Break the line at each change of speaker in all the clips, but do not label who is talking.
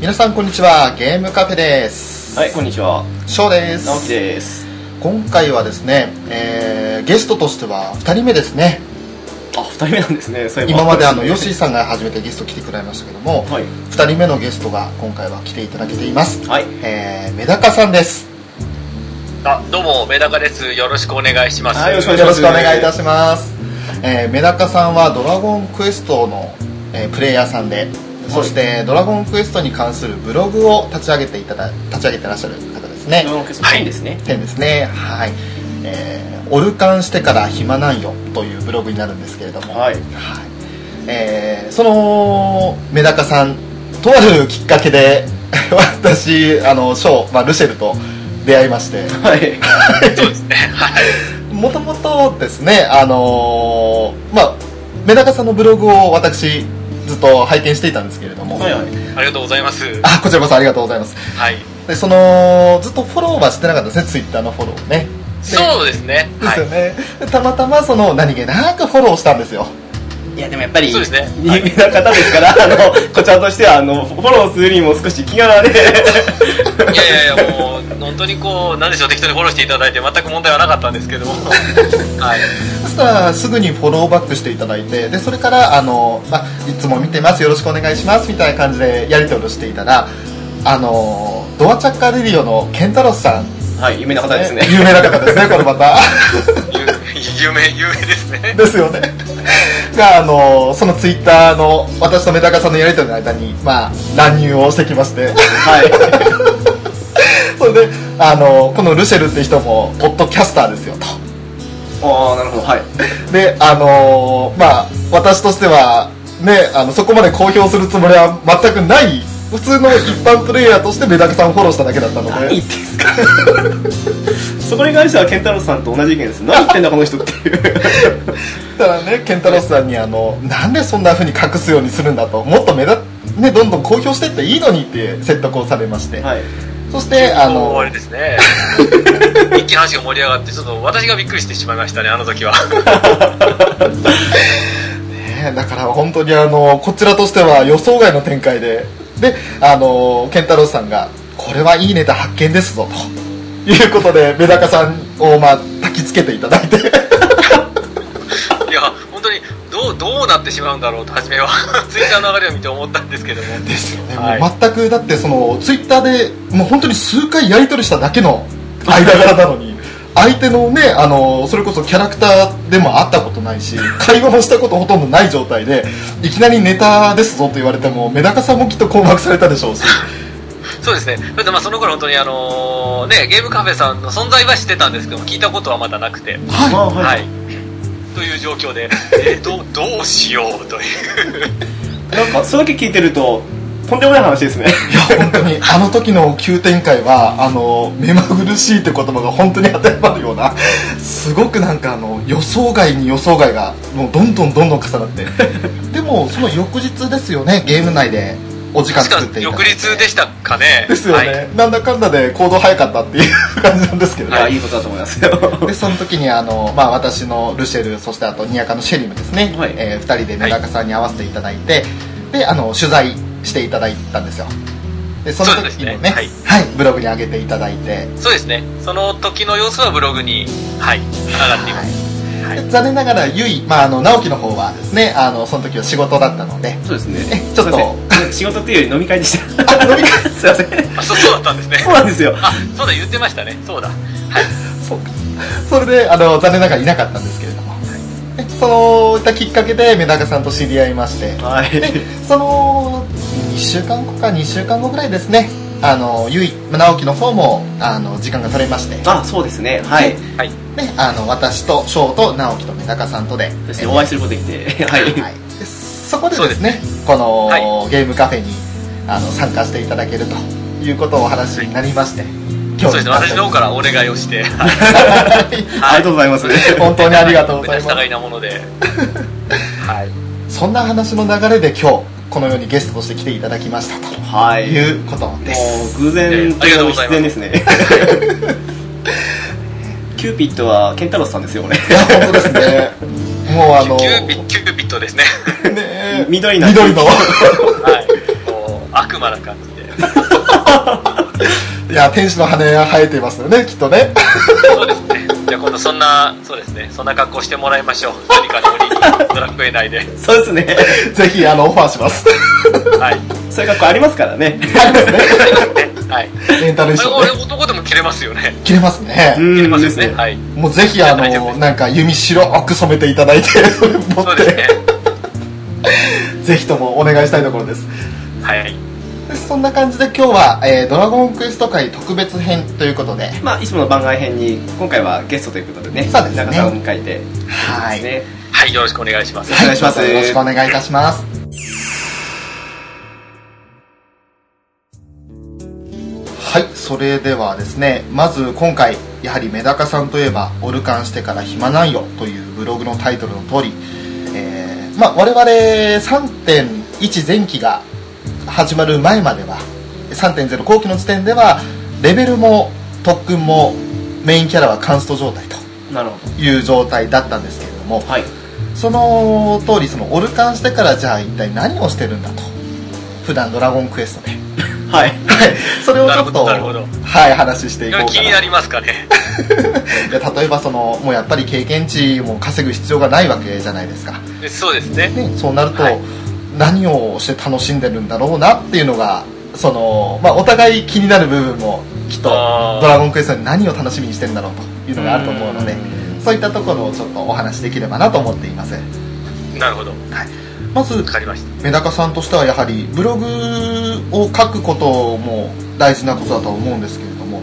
皆さんこんにちはゲームカフェです
はい、こんにちは。
翔です
直樹です。
今回はですね、えーゲストとしては2人目ですね
あ、二人目なんですね。そういえば
今まであの吉井さんが初めてゲスト来てくれましたけども、
はい。
2人目のゲストが今回は来ていただけています、
はい。
えーメダカさんです
あ、どうも、メダカです。よろしくお願いします。
はいよろしく
よ
お
ろ
願
しくお願いいたします、えーメダカさんは「ドラゴンクエストの」えープレイヤーさんでそして「ドラゴンクエスト」に関するブログを立ち上げていただ立ち上げてらっしゃる方ですね
ドラゴンクエスト10ですね。
点ですねはいえーオルカンしてから暇なんよ」というブログになるんですけれども、
はい。
はいえーそのメダカさんとあるきっかけで 私あのショー、まあ、ルシェルと出会いまして
はい。
そうですね。はい。
もともとですねあのーまあメダカさんのブログを私ずっと拝見していたんですけれども、
はいはい。
ありがとうございます。
あこちらこそありがとうございます
はい。
でそのずっとフォローはしてなかったですねツイッターのフォローね
そうですね。
で
は
す
い
よ。ね、でたまたまその何気なくフォローしたんですよ
いや、でもやっぱり、
そうですね
有名な方ですから、あの、こちらとしては、あの、フォローするにも少し気がね。
いやいやいや、もう、本当にこう、なんでしょう、適当にフォローしていただいて、全く問題はなかったんですけ ども。はい。
そしたらすぐにフォローバックしていただいてでそれからあの、まあ「いつも見てますよろしくお願いします」みたいな感じでやり取りをしていたらあのドアチャッカレディオのケンタロスさん、
はい、有名な方ですね。
有名な方ですねこれま た
有有名、有名ですね。
ですよねがあのそのツイッターの私とメダカさんのやり取りの間にまあ乱入をしてきまして
はい。
それであのこのルシェルって人もポッドキャスターですよと
ああ、なるほど。はい。
であのーまあ私としてはねあのそこまで公表するつもりは全くない普通の一般プレイヤーとしてメダカさんをフォローしただけだったの
何
で
言ってんすかそこに関しては、ケンタロウさんと同じ意見です。何言ってんだ、この人っていう。
たらねケンタロスさんにあのなんでそんな風に隠すようにするんだともっと目立ねどんどん公表してっていいのにって説得をされまして、
はい。
そしてあ
もう
の
終わりです ね。一気に話が盛り上がって、ちょっと私がびっくりしてしまいましたね、あの時は。
ねだから本当にあのこちらとしては予想外の展開でであの健太郎さんが「これはいいネタ発見ですぞ」ということでメダカさんを、まあ、焚きつけていただいて
いや、本当に、どう、どうなってしまうんだろうと、初めは。 ツイッターの流れを見て思ったんですけども。
ですよね、
はい
もう全くだってそのツイッターでもう本当に数回やり取りしただけの間柄なのに相手のねあのそれこそキャラクターでも会ったことない し会話もしたことほとんどない状態でいきなりネタですぞと言われてもメダカさんもきっと困惑されたでしょうし
そうですね。だってまあその頃本当にあのね、ゲームカフェさんの存在は知ってたんですけども、聞いたことはまだなくて。
はい
まあ、
は
はい。
い。という状況 で、えー、どう、どうしようという。
なんか、それだけ聞いてると、とんでもない話ですね。
いや本当にあの時の急展開はあの目まぐるしいって言葉が本当に当たり前るようなすごくなんかあの予想外に予想外がもうどんどんどんどん重なってでもその翌日ですよねゲーム内でお時間
確か
作っていただい
翌
て
日でしたかね。
ですよね、
はい。
なんだかんだで行動早かったっていう感じなんですけど
い
ね、
や、いいことだと思いますよ。
でその時にあの、まあ、私のルシェルそしてあとニヤカのシェリムですね、
はい
え2人でメダカさんに会わせていただいて、であの取材していただいたんですよでその
そうで
時
す
も
ね
ね
はい
はい、ブログに上げていただいて、
そうですね。その時の様子はブログに、はい、上がっています。
はいで残念ながらゆい、まあ、あの直樹の方はですねあのその時は仕事だったので
そうですね
えちょっと
すいません仕事っていう より飲み会でした
あ飲み会
すいませんそ
あ、そうそうだったんですね。
うなんですよ
あ、そうだ、言ってましたね。そうだ。
そうかそれであの残念ながらいなかったんですけれども、でそういったきっかけでメダカさんと知り合いまして
はい
でその2週間後か2週間後ぐらいですねあのゆい直樹の方もあの時間が取れましてね
あそうですねはい
はい。
あの私と翔と直樹とメダカさんとで
そしてお会いすることできて はい
はいでそこでですねこの、
はい
ゲームカフェにあの参加していただけるということをお話になりまして、
そ
今
うですね。私の方から らお願いをして、はい
ありがとうございます
本当にありがとうご ざいます
従いなも ので。はい。
そんな話の流れで今日このようにゲストとして来ていただきましたと
はいも
いうことです
う偶然と
ありがとう
いう
ご
か
ざ
必然
います
ですね キューピッドはケンタロスさんですよね
いや本当ですね もうあの
キューピッ、キュ ーピットですね。
ねえ
緑の
緑の
はい。もう、悪魔な感じで。
いや天使の羽が生えていますよねきっとね
そうですね。じゃあ今度そんな、そうですね。そんな格好してもらいましょう。何かの折にドラクエ内で。
そうですね。
ぜひあのオファーします
はい。
そういう格好ありますからね。
はい。
レンタル衣
これ
装ね
男でも着れますよね。
切れますね、
ん
着れますよね。はい。
もうぜひあ
大丈夫で
の
す
なんか弓白く染めていただいて持
そ
っ
うで
て、
すね。
ぜひともお願いしたいところです
はい。
そんな感じで今日は、えードラゴンクエスト界特別編ということで
まあ、いつもの番外編に、今回はゲストということでね、
そうですね
中さんを迎えて、
はい
ね、
はい、よろしくお願いします。
お願いします
はよろしくお願いいたしますはいそれではですねまず今回やはりメダカさんといえば「オルカンしてから暇ないよ」というブログのタイトルの通り、えーまあ、我々3.1前期が始まる前までは3.0後期の時点ではレベルも特訓もメインキャラはカンスト状態と
なるほ
いう状態だったんですけれども、
ど。はい。
その通りそのオルカンしてからじゃあ一体何をしてるんだと普段ドラゴンクエストで
は
は
い。
いそれをちょっと
なるほどなる
はい話していこうか
気
な
になりますかね。
いや例えばそのもうやっぱり経験値も稼ぐ必要がないわけじゃないですか、
でそうですね。
ね、そうなると、
はい
何をして楽しんでるんだろうなっていうのがその、まあ、お互い気になる部分もきっと
あー
ドラゴンクエストに何を楽しみにしてるんだろうというのがあると思うので
うん
そういったところをちょっとお話しできればなと思っています
なるほど。
まず
わかりました。
メダカさんとしてはやはりブログを書くことも大事なことだと思うんですけれども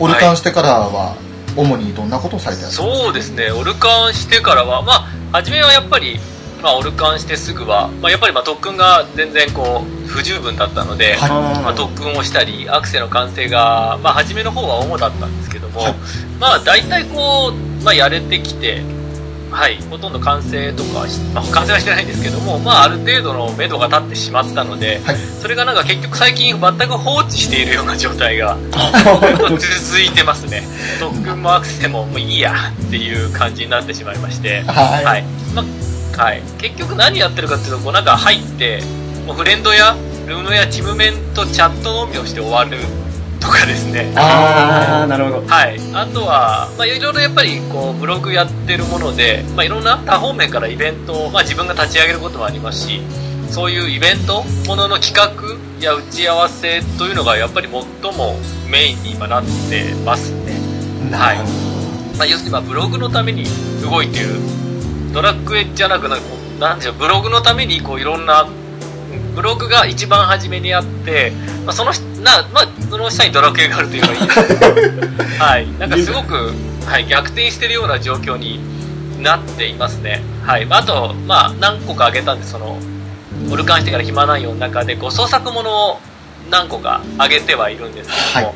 オルタンしてからは主にどんなことをされてらっしゃる
そうですね、オルカンしてからは、まあ、初めはやっぱり、まあ、オルカンしてすぐは、まあ、やっぱりまあ特訓が全然こう不十分だったので、
はい
まあ、特訓をしたり、アクセの完成が、まあ、初めの方は主だったんですけども、
はい
まあ、大体こう、まあ、やれてきて、はい、ほとんど完成とかはし、まあ、完成はしてないんですけども、まあ、ある程度の目処が立ってしまったので、
はい
それがなんか結局最近全く放置しているような状態が 続いてますね特訓もアクセももういいやっていう感じになってしまいまして
はい
はい、まはい、結局何やってるかっていうとこうなんか入ってもうフレンドやルームやチームメントチャットのみをして終わるとかですね
あー、なるほど。
はい、あとは、まあ、いろいろやっぱりこうブログやってるもので、まあ、いろんな多方面からイベントを、まあ、自分が立ち上げることもありますしそういうイベントものの企画や打ち合わせというのがやっぱり最もメインに今なってますね、
なるほ
まあ、要するにまあブログのために動いてるドラクエじゃなくなんかこうなんでしょうブログのためにこういろんなブログが一番初めにあって、まあ、そのしな、まあ、その下にドラクエがあるという のがいいですはい、なんかすごく、はい、逆転してるような状況になっていますね。はい、まああと、まあ、何個か挙げたんで、その、オルカンしてから暇ないよの中で、ご創作ものを何個か挙げてはいるんですけども、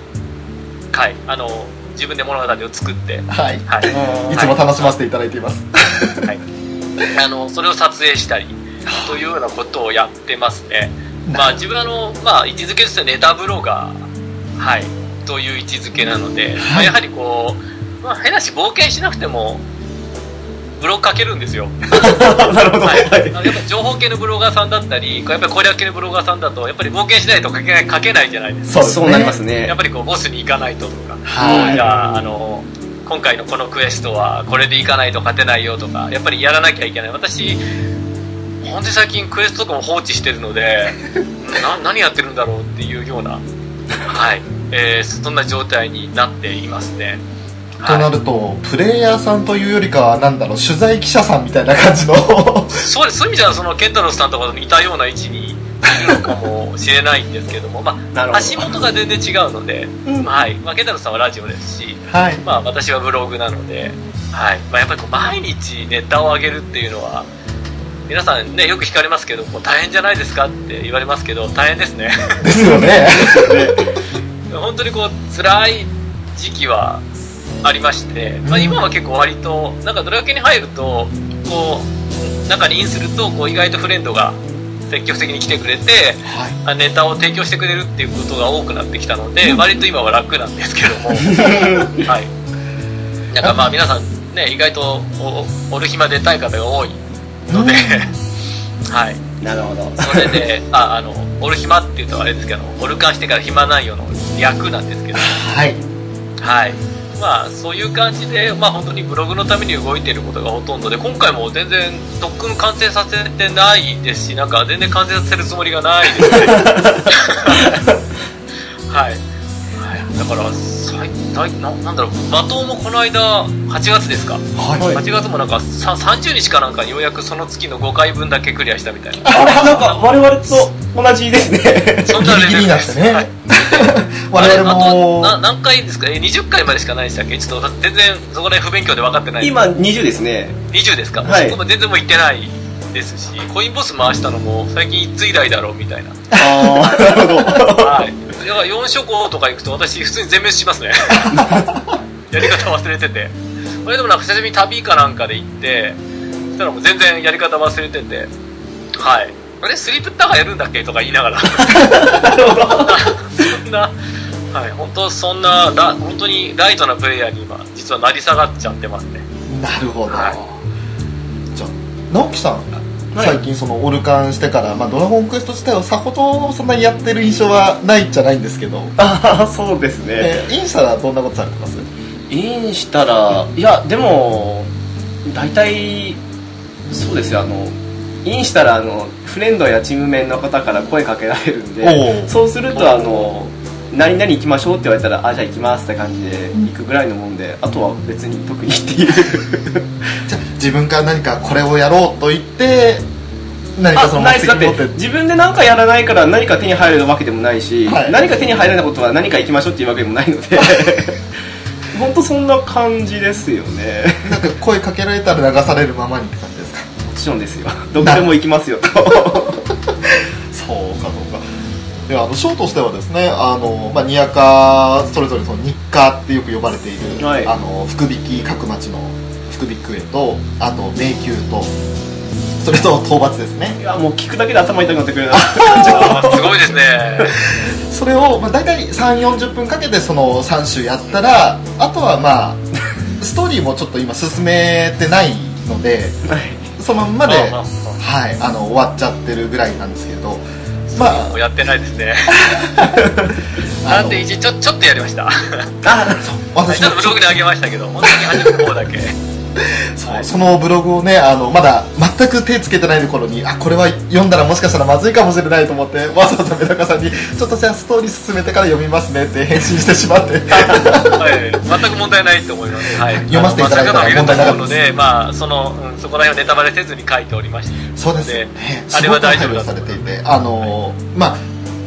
はい、あの、自分で物語を作って、
どはい
はい、
うん
いつも楽しませていただいています
はい、あのそれを撮影したりというようなことをやってますね、まあ、自分はあの、まあ、位置づけとしてネタブロガー、はい、という位置づけなので、まあ、やはりこう、まあ、変なし冒険しなくてもブログ書けるんですよ、
なるほど。
は、
はいい。
あのやっぱ情報系のブロガーさんだったりやっぱり攻略系のブロガーさんだとやっぱり冒険しないと書けない書けないじゃないですか
そ
そうなりますね
やっ。ぱりこうボスに行かないととか
はい
じゃああの今回のこのクエストはこれで行かないと勝てないよとかやっぱりやらなきゃいけない私本当に最近クエストとかも放置してる のでな何やってるんだろうっていうようなはい、えーそんな状態になっていますね
とな
はい、
るとプレイヤーさんというよりかはなんだろう取材記者さんみたいな感じの
そうですそういう意味ではそのケンタロスさんとかと似たような位置にいるのかもしれないんですけども、ま
なる
あ、
ほ
足元が全然違うので、
うん
はいまあ、ケンタロスさんはラジオですし、
はい
まあ、私はブログなので、はいまあ、やっぱりこう毎日ネタを上げるっていうのは皆さん、ね、よく聞かれますけどもう大変じゃないですかって言われますけど大変ですね
ですよね
本当にこう辛い時期はありまして、まあ、今は結構割となんかドラケに入るとこう中にインするとこう意外とフレンドが積極的に来てくれて
はい
あネタを提供してくれるっていうことが多くなってきたので、割と今は楽なんですけども、はい、なんかまあ皆さん、ね、意外とおおオルヒマ出たい方が多いので、はい
なるほど
それで「ああのオル暇」っていうとあれですけど「オルカンしてから暇ないよ」の略なんですけど
はい
はいまあそういう感じで、まあ、本当にブログのために動いていることがほとんどで今回も全然特訓完成させてないですしなんか全然完成させるつもりがない ですねはい、はい、だから最大ななんだろう罵倒もこの間8月ですか
はい、
はい
8月もなんかさ30日かなんかようやくその月の5回分だけクリアしたみたいな
あれなんか我々と同じですね
そん
ギ
な
リ
レ
ギリ
ベル
になってね、
はい
我々
あと
も
な何回ですかえ20回までしかないでしたっけちょっと全然そこら辺不勉強で分かってない
今20ですね
20ですか、
はい
そこも全然もう行ってないですしコインボス回したのも最近いつ以来だろうみたいな
ああなるほど
はいだから4諸行とか行くと私普通に全滅します ねやり方忘れててこれでもなんか久しぶりに旅かなんかで行ってそしたらもう全然やり方忘れててはいあれスリープターがやるんだっけとか言いながら
なるほど
そんな、はい、本当そんな、ラ本当にライトなプレイヤーに今、実は成り下がっちゃってますね。
なるほど、
は
じゃあ直樹さん、
はい
最近そのオルカンしてから、まあ、ドラゴンクエスト自体をさほどそんなにやってる印象はないじゃないんですけど、
ああそうですね
えーインスタはどんなことされてます
インしたらいやでも大体そうですよあのインしたらあのフレンドやチーム面の方から声かけられるん
おう
でそうするとあの何々行きましょうって言われたらあじゃあ行きますって感じで行くぐらいのもんであとは別に特にっていう
じゃあ自分から何かこれをやろうと言って何かその
あナ
目
イス
的
だ
を
っ
持
て
って
自分で何かやらないから何か手に入るわけでもないし、
はい
何か手に入らないことは何か行きましょうっていうわけでもないので本当そんな感じですよね
なんか声かけられたら流されるままにって感じですか
もちろんですよどこでも行きますよと
そうかそうかではあの賞としてはですねあの、まあ、ニアカそれぞれその日課ってよく呼ばれている、
はい
あの福引き各町の福引クエとあと迷宮とそれと討伐ですね
いやもう聞くだけで頭痛くなってくるな
あーすごい ですね。
それを、まあ、大体3 4 0分かけてその3種やったらあとはまあストーリーもちょっと今進めてないのでそのままで、
まあまあま
はい、あの終わっちゃってるぐらいなんですけどま
あ、も
あ
うやってない ですね。
あ
なん
の
で一ちょ、ちょっとやりました。
あそう
私
ちょっとブログで上げましたけど、本当に初めの方だけ。
そうそのブログをねあのまだ全く手つけてない頃にあこれは読んだらもしかしたらまずいかもしれないと思ってわざわざメダカさんに「ちょっとじゃあストーリー進めてから読みますね」って 返信してしまって
はい、全く問題ないと思います。はい、
読ませていただいたら
あの
問題なかったです
まあ坂野がいると思うので、まあ、その、うんそこら辺はネタバレせずに書いておりました。
そうです
で
ね
あれは大丈夫だ
すごく配慮されていてあの、まあ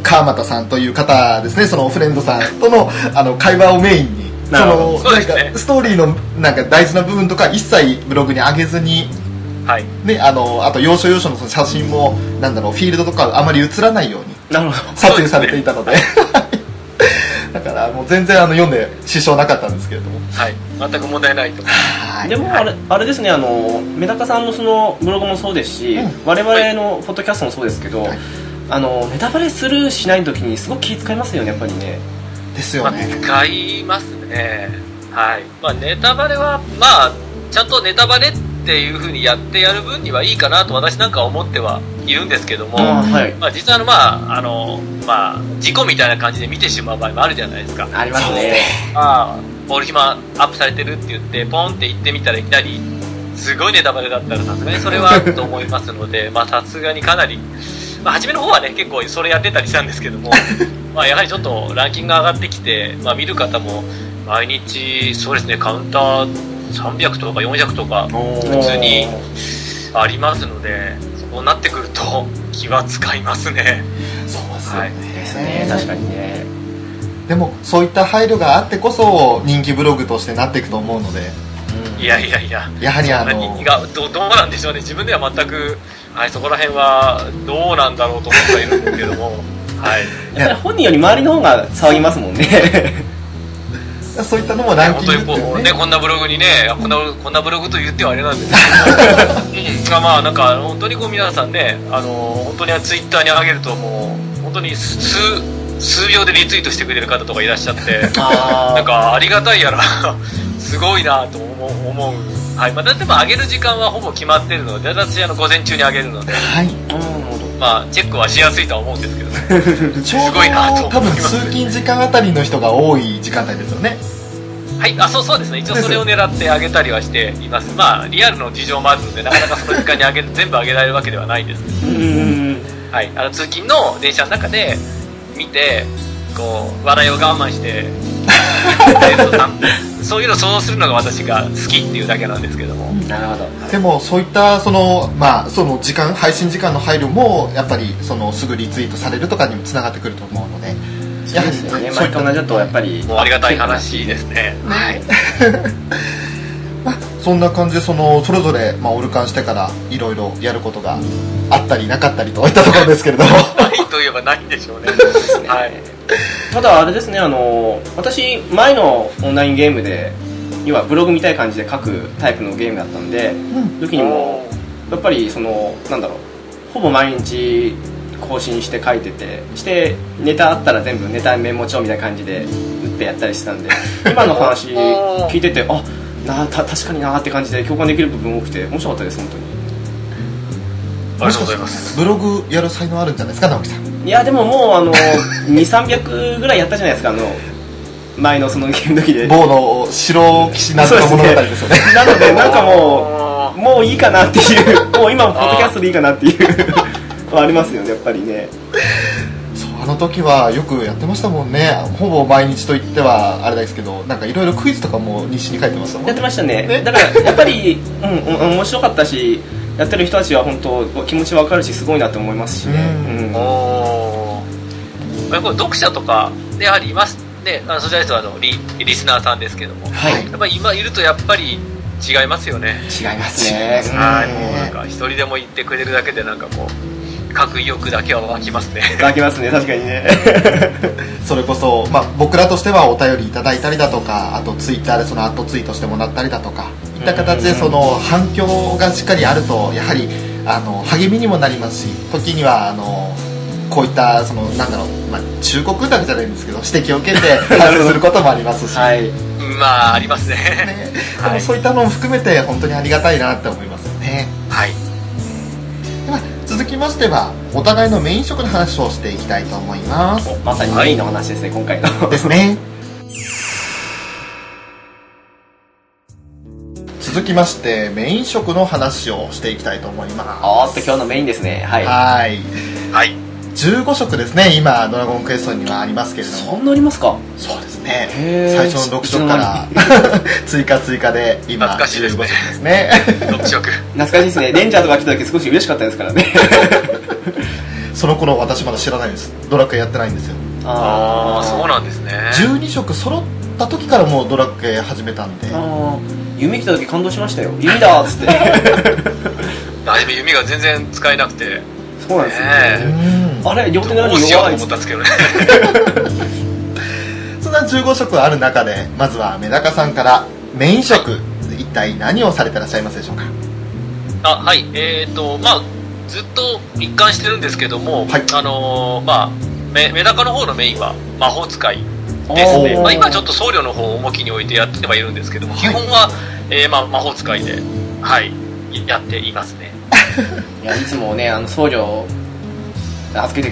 川俣さんという方ですねそのフレンドさんとのあの会話をメインにそ
なるほ
の
どそう
な
で
ん
すね
かストーリーのなんか大事な部分とか一切ブログに上げずに
はい。
ねあのあと要所要所のその写真もなんだろうフィールドとかあまり映らないように
なるほ
撮影されていたので だからもう全然あの読んで支障なかったんですけれども
はい。全く問題ないと思います。
は
ど
い
でもあれあれですねあのメダカさんのそのブログもそうですし、
うん
我々のポッドキャストもそうですけど、
はい
あのネタバレするしない時にすごく気遣いますよねやっぱりね
です
ま
よ
あ、
ね
使いますね。はい。まあ、ネタバレは、まあ、ちゃんとネタバレっていう風にやってやる分にはいいかなと私なんかは思ってはいるんですけども、
あーはい
まあ、実はあの、まあ、あの、まあ、事故みたいな感じで見てしまう場合もあるじゃないですか。
ありますね
ああ、ボール暇アップされてるって言って、ポンって行ってみたらいきなり、すごいネタバレだったらさすがにそれはと思いますので、まあさすがにかなり、まあ初めの方はね、結構それやってたりしたんですけども、まあやはりちょっとランキングが上がってきて、まあ見る方も、毎日、そうですね、カウンター300とか400とか普通にありますので、そうなってくると気は使いますね。
そうですよ
はい。
ですね確かにね
でもそういった配慮があってこそ人気ブログとしてなっていくと思うので
いやいやいや。
やはりあ
何
の
がどどうなんでしょうね、自分では全く、はい、そこら辺はどうなんだろうと思ってはいるんですけど も、はい、
やっぱり本人より周りの方が騒ぎますもんね
そういったのもラン
本
キ
当
ン
に
グ
こ
っていう
う、
ね
ね、こんなブログにねあこんな、こんなブログと言ってはあれなんですけど、うん、まあ、なんか本当にこう皆さんね、あの本当にツイッターに上げると、もう本当に数数秒でリツイートしてくれる方 とかいらっしゃって、
あ
なんかありがたいやら、すごいなと思う思うはいまあ、でも上げる時間はほぼ決まってるので私あの午前中に上げるので、
はい
まあ、チェックはしやすいとは思うんですけ ど、ね、
ちょう
すごいなと
ど多
思い
分
ます
通勤時間あたりの人が多い時間帯ですよね
はいあそうそうですね一応それを狙って上げたりはしていますまあリアルの事情もあるのでなかなかその時間に上げる全部上げられるわけではないんですけ
う
ど、
ん
はい、あの通勤の電車の中で見てこう笑いを我慢して えっと散歩そういうのを想像するのが私が好きっていうだけなんですけども、
なるほど
でもそういったそのまあその時間配信時間の配慮もやっぱりそのすぐリツイートされるとかにもつながってくると思うので
そうですよね
そうい
毎
った
回同じだとやっぱり
もうありがたい話です ねはい
そんな感じでそのそれぞれまあオルカンしてからいろいろやることがあったりなかったりといったところですけれども
ないといえばないん でしょうねはい
ただあれですねあの私前のオンラインゲームで要はブログみたいな感じで書くタイプのゲームだったんで時にもやっぱりそのなんだろうほぼ毎日更新して書いててしてネタあったら全部ネタメモ帳みたいな感じで打ってやったりしてた んで今の話聞いててあなあた確かになあって感じで共感できる部分多くて面白かったです本当に
ありがとうございます
ブログやる才能あるんじゃないですか直樹さん
いやでももうあの2300ぐらいやったじゃないですかあの前のそのゲームの時で
某の白騎士なんとか物語ですよね
なのでなんかも
も
うもういいかなっていうもう今もポッドキャストでいいかなっていうはありますよねやっぱりね
そうあの時はよくやってましたもんねほぼ毎日と言ってはあれですけどなんかいろいろクイズとかも日誌に書いてましたもん
やってましたね
ね
だからやっぱり、うん、うん面白かったしやってる人たちは本当気持ちわかるしすごいなと思いますしね、
う
うん
おーやっぱり読者とかでやはりいますねあのそちらの人はあのリリスナーさんですけども
はい
やっぱり今いるとやっぱり違いますよね
違いますねうん
はいもうなんか一人でも言ってくれるだけでなんかこう格意欲だけは湧きますね
いただきますね確かにね
それこそ、まあ、僕らとしてはお便りいただいたりだとかあとツイッターでそのアットツイートしてもらったりだとかいった形で
うんうん
その反響がしっかりあるとやはりあの励みにもなりますし時にはあのこういったそのなんだろう、まあ、忠告だけじゃないんですけど指摘を受け て反省することもありますし、
はい
まあありますね
ね、で
は
も
い
そういったのも含めて本当にありがたいなって思いますよね。
はい
では続きましてはお互いのメイン食の話をしていきたいと思います
おまさにメインの話ですね、今回の
ですね続きましてメイン食の話をしていきたいと思いま
おーっと今日のメインですねは
す
い
はい
はい
15食ですね今ドラゴンクエストにはありますけれど
そ
も
んなありますか
そうですね
へー
最初の6食から 追加追加で今
懐かしいですね
15食ですね
読書欲
懐かしいですねレンジャーとか来た時少し嬉しかったですからね
その頃私まだ知らないですドラクエやってないんですよ
ああそうなんですね
12色揃った時からもうドラクエ始めたんで
あー夢来た時感動しましたよ夢だー っつって
だいぶ弓が全然使えなくて
そうなんですよね
う
ね
ん
あれ両手
ど
なの
う
に
しよう
弱い
と
っつっ
思ってたんですけどね
そんな15色ある中でまずはメダカさんからメイン色、一体何をされてらっしゃいますでしょうか
あはいえっ、とまあずっと一貫してるんですけども、
はい
あのーまあメメダカの方のメインは魔法使い
お
ですね、
ー
まあ、今ちょっと僧侶の方を重きに置いてやってはいるんですけども、基本は、えーまあ、魔法使いで、はい、やっていますね
いやいつもねあの僧侶を預けて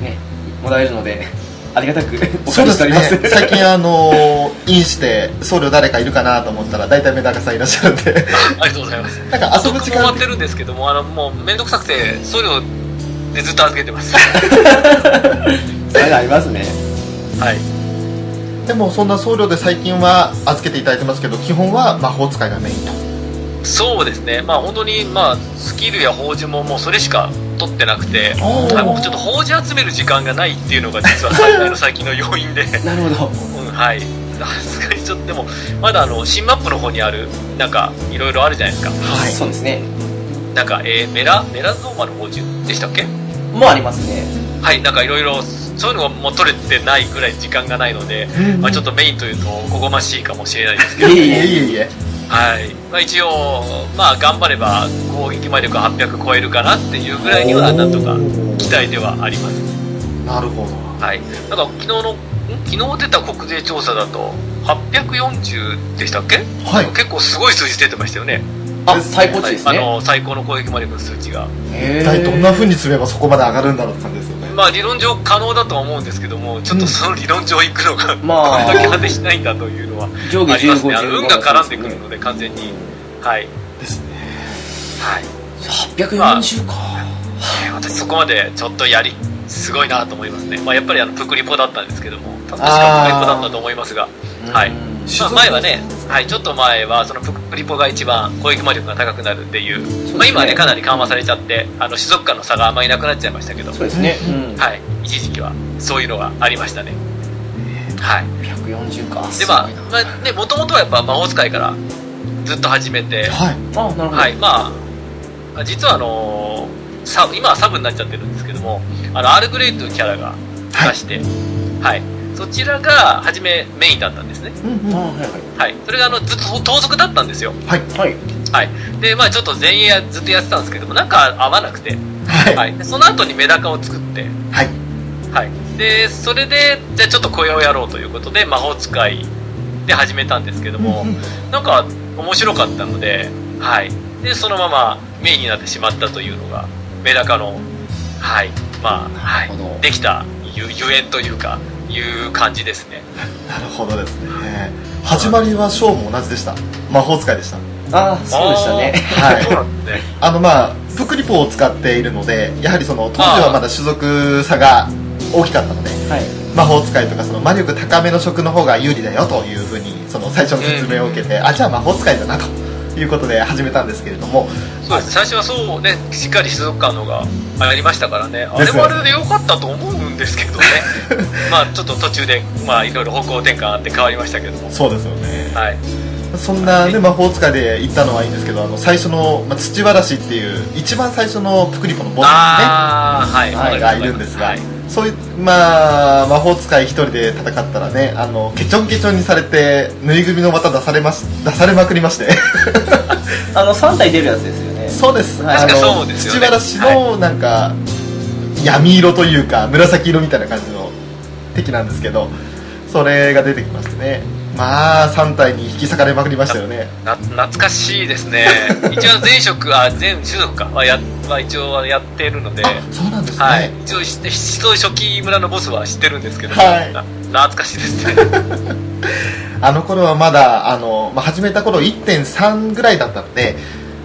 ねもらえるので ありがたくお借りしております
ね 最近あのー、インして僧侶誰かいるかなと思ったら大体メダカさんいらっしゃるんで
ありがとうございます
なんか遊ぶ
僕も
時
終わ
間
ってるんですけどもあのもう面倒くさくて僧侶でずっと預けてます
そういうのありますね
はい
でもそんな僧侶で最近は預けていただいてますけど基本は魔法使いがメインと
そうですねまあ本当にまあスキルや法事ももうそれしか取ってなくて
おー
はい僕ちょっと法事集める時間がないっていうのが実は最大の最近の 要因で
なるほど
うん、はい。さすがにちょっと、でも、まだあの、新マップの方にある、なんか、いろいろあるじゃないですか。
はい
そうですね
なんか、えーメラ、メラゾーマの宝珠でしたっけ
もうありますね
はい、なんかいろいろ、そういうのがもう取れてないぐらい時間がないので、まあちょっとメインというと、おこごましいかもしれないですけ
いえ
ど、
い
い
えい
えいえ
えいえ
はい。まあ一応、まあ頑張れば、攻撃魔力800超えるかなっていうぐらいには、なんとか、期待ではあります。
なるほど
はい、なんか昨日の昨日出た国税調査だと840でしたっけ、
はい
結構すごい数字出てましたよね
あ最高値です
あ
ね
の最高の攻撃までの数値が
一体どんな風に積めばそこまで上がるんだろうって感じですよね
まあ理論上可能だとは思うんですけどもちょっとその理論上行くのが、
まあ
これだけ果てしないんだというのは
上下
ありますねあ
15
の運が絡んでくるので完全にはい
ですね
はい
840か、、
えー私そこまでちょっとやりすごいなと思いますね、まあ、やっぱりあのプクリポだったんですけども確かプクリポだったと思いますが、はいう
ん
静
まあ、
岡
前はね、はい、ちょっと前はそのプクリポが一番攻撃魔力が高くなるっていう
すね
まあ、今はねかなり緩和されちゃってあの種族間の差があんまりなくなっちゃいましたけど、
そうですね、うん
はい、一時期はそういうのがありましたねはい
140か
です
ごい
まあ
な
まあねもともとはやっぱ魔法使いからずっと始めて
はい
あなるほど、
はい、まあ、実はあのーサブ今はサブになっちゃってるんですけども、あの、アールグレイというキャラがいまして、はい、そちらが、初めメインだったんですね。
うんうん
あ
は
はい
はい、それがあの、ずっと盗賊だったんですよ。
い
はいはい
で、まあちょっと前衛やずっとやってたんですけども、なんか合わなくて、
は
はいい、でその後にメダカを作って、
はい
はい、で、それで、じゃあちょっと小屋をやろうということで、魔法使いで始めたんですけども、
うんうん
なんか面白かったので、はい。で、そのままメインになってしまったというのが、メダカの、はい、まあ、は
なるほど
い、できたゆゆえんというか、いう感じですね。
なるほどですね始まりはショーも同じでした魔法使いでした
あーそうでしたね
あー
はい
そうなんですね。
あのまあプクリポを使っているのでやはりその当時はまだ種族差が大きかったので
はい
魔法使いとかその魔力高めの職の方が有利だよというふうにその最初の説明を受けて、あじゃあ魔法使いだなということで始めたんですけれども
そうです。最初はそうね、しっかり種族感のがありましたからね、あ
で
れ
すよ
もあれで良かったと思うんですけ どね。まあ、ちょっと途中で、まあ、いろいろ方向転換あって変わりましたけども。
そうですよね
はい。
そんな、ね、魔法使いで行ったのはいいんですけどあの最初の、まあ、土原氏っていう一番最初のプクリポのボスですね
ああ、はい。
はいがいるんですが、
はい
そういう、まあ、魔法使い一人で戦ったらね、あの、ケチョンケチョンにされて、ぬいぐるみの綿出されまし、出されまくりまして。
あの3体出るやつですよね
そうです。
確
か
あの
そうですよね
土原氏の、なんか、闇色というか、紫色みたいな感じの敵なんですけど、それが出てきましてね。まあ、3体に引き裂かれまくりましたよね。
な懐かしいですね一応前職あ前種族かはや、まあ、一応はやってるので
あ、そうなんですね。
はい、一応し一応初期村のボスは知ってるんですけど、
はい
な懐かしいですね
あの頃はまだ、あの、まあ、始めた頃1.3ぐらいだったので、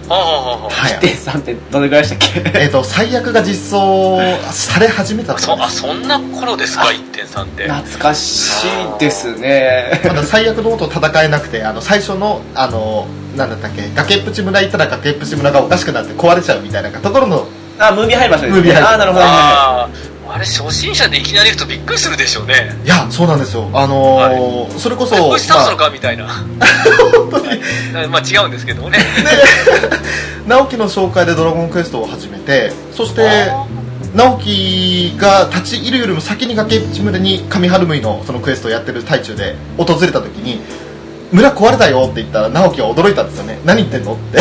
ほうほうほうほう
はい。
1.3ってどれぐらいでしたっけ
えっと最悪が実装され始めた
あ
と
そ
か
あそんな頃ですか1.3って
懐かしいですね
まだ最悪のこと戦えなくてあの最初のあのなんだったっけ崖っぷち村行ったら崖っぷち村がおかしくなって壊れちゃうみたいなところの
あムービー入る場所です
ムービー入
ね
る
あーなるほどは
あーあれ初心者でいきなり行くとびっくりするでしょうね
いやそうなんですよあのーそれこそ、
これしたの
まあ
かみたいなはい まあ違うんですけどもね
直樹の紹介で「ドラゴンクエスト」を始めてそして
あ
直樹が立ち入るよりも先に崖っぷち村に上春向のそのクエストをやってる最中で訪れた時に「村壊れたよ」って言ったら直樹は驚いたんですよね何言ってんのって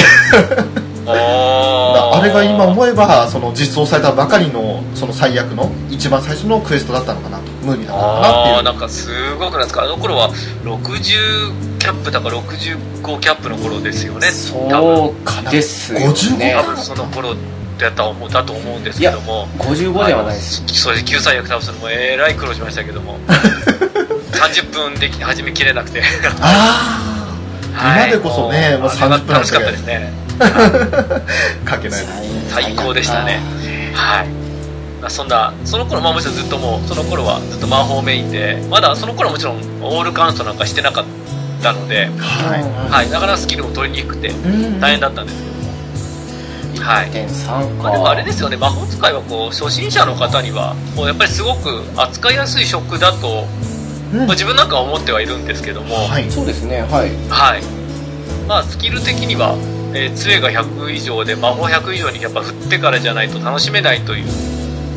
ーあー
あれが今思えばその実装されたばかりのその最悪の一番最初のクエストだったのかなとムービーだったの
あ
か
あな
なっ
んかすごくなんですかあの頃は60キャップだから65キャップの頃ですよ
いは
ね
いそうかですよね
多分その頃だと思うだと思うんですけども
55ではないです
あのそれで救済役倒すのもえらい苦労しましたけ ども30分でき始めきれなく
て
て
いうあ
はい
今でこそねもう
あれは
30分なん
楽
て
しかったですね
あかけない
最高でしたねはい、まあ、そんなその頃まあもちろんずっともうその頃はずっと魔法メインでまだその頃はもちろんオールカウントなんかしてなかったので
は
はい、なかなかスキルも取りにくくて
い、うん
大変だったんですけども、はい、
1.3
ま
か
あ、でもあれですよね、魔法使いはこう初心者の方には、もうやっぱりすごく扱いやすい職だと、
うん
まあ、自分なんかは思ってはいるんですけども、
はい
そうですねはい
はいまあ、スキル的には、えー杖が100以上で魔法100以上にやっぱ振ってからじゃないと楽しめないという、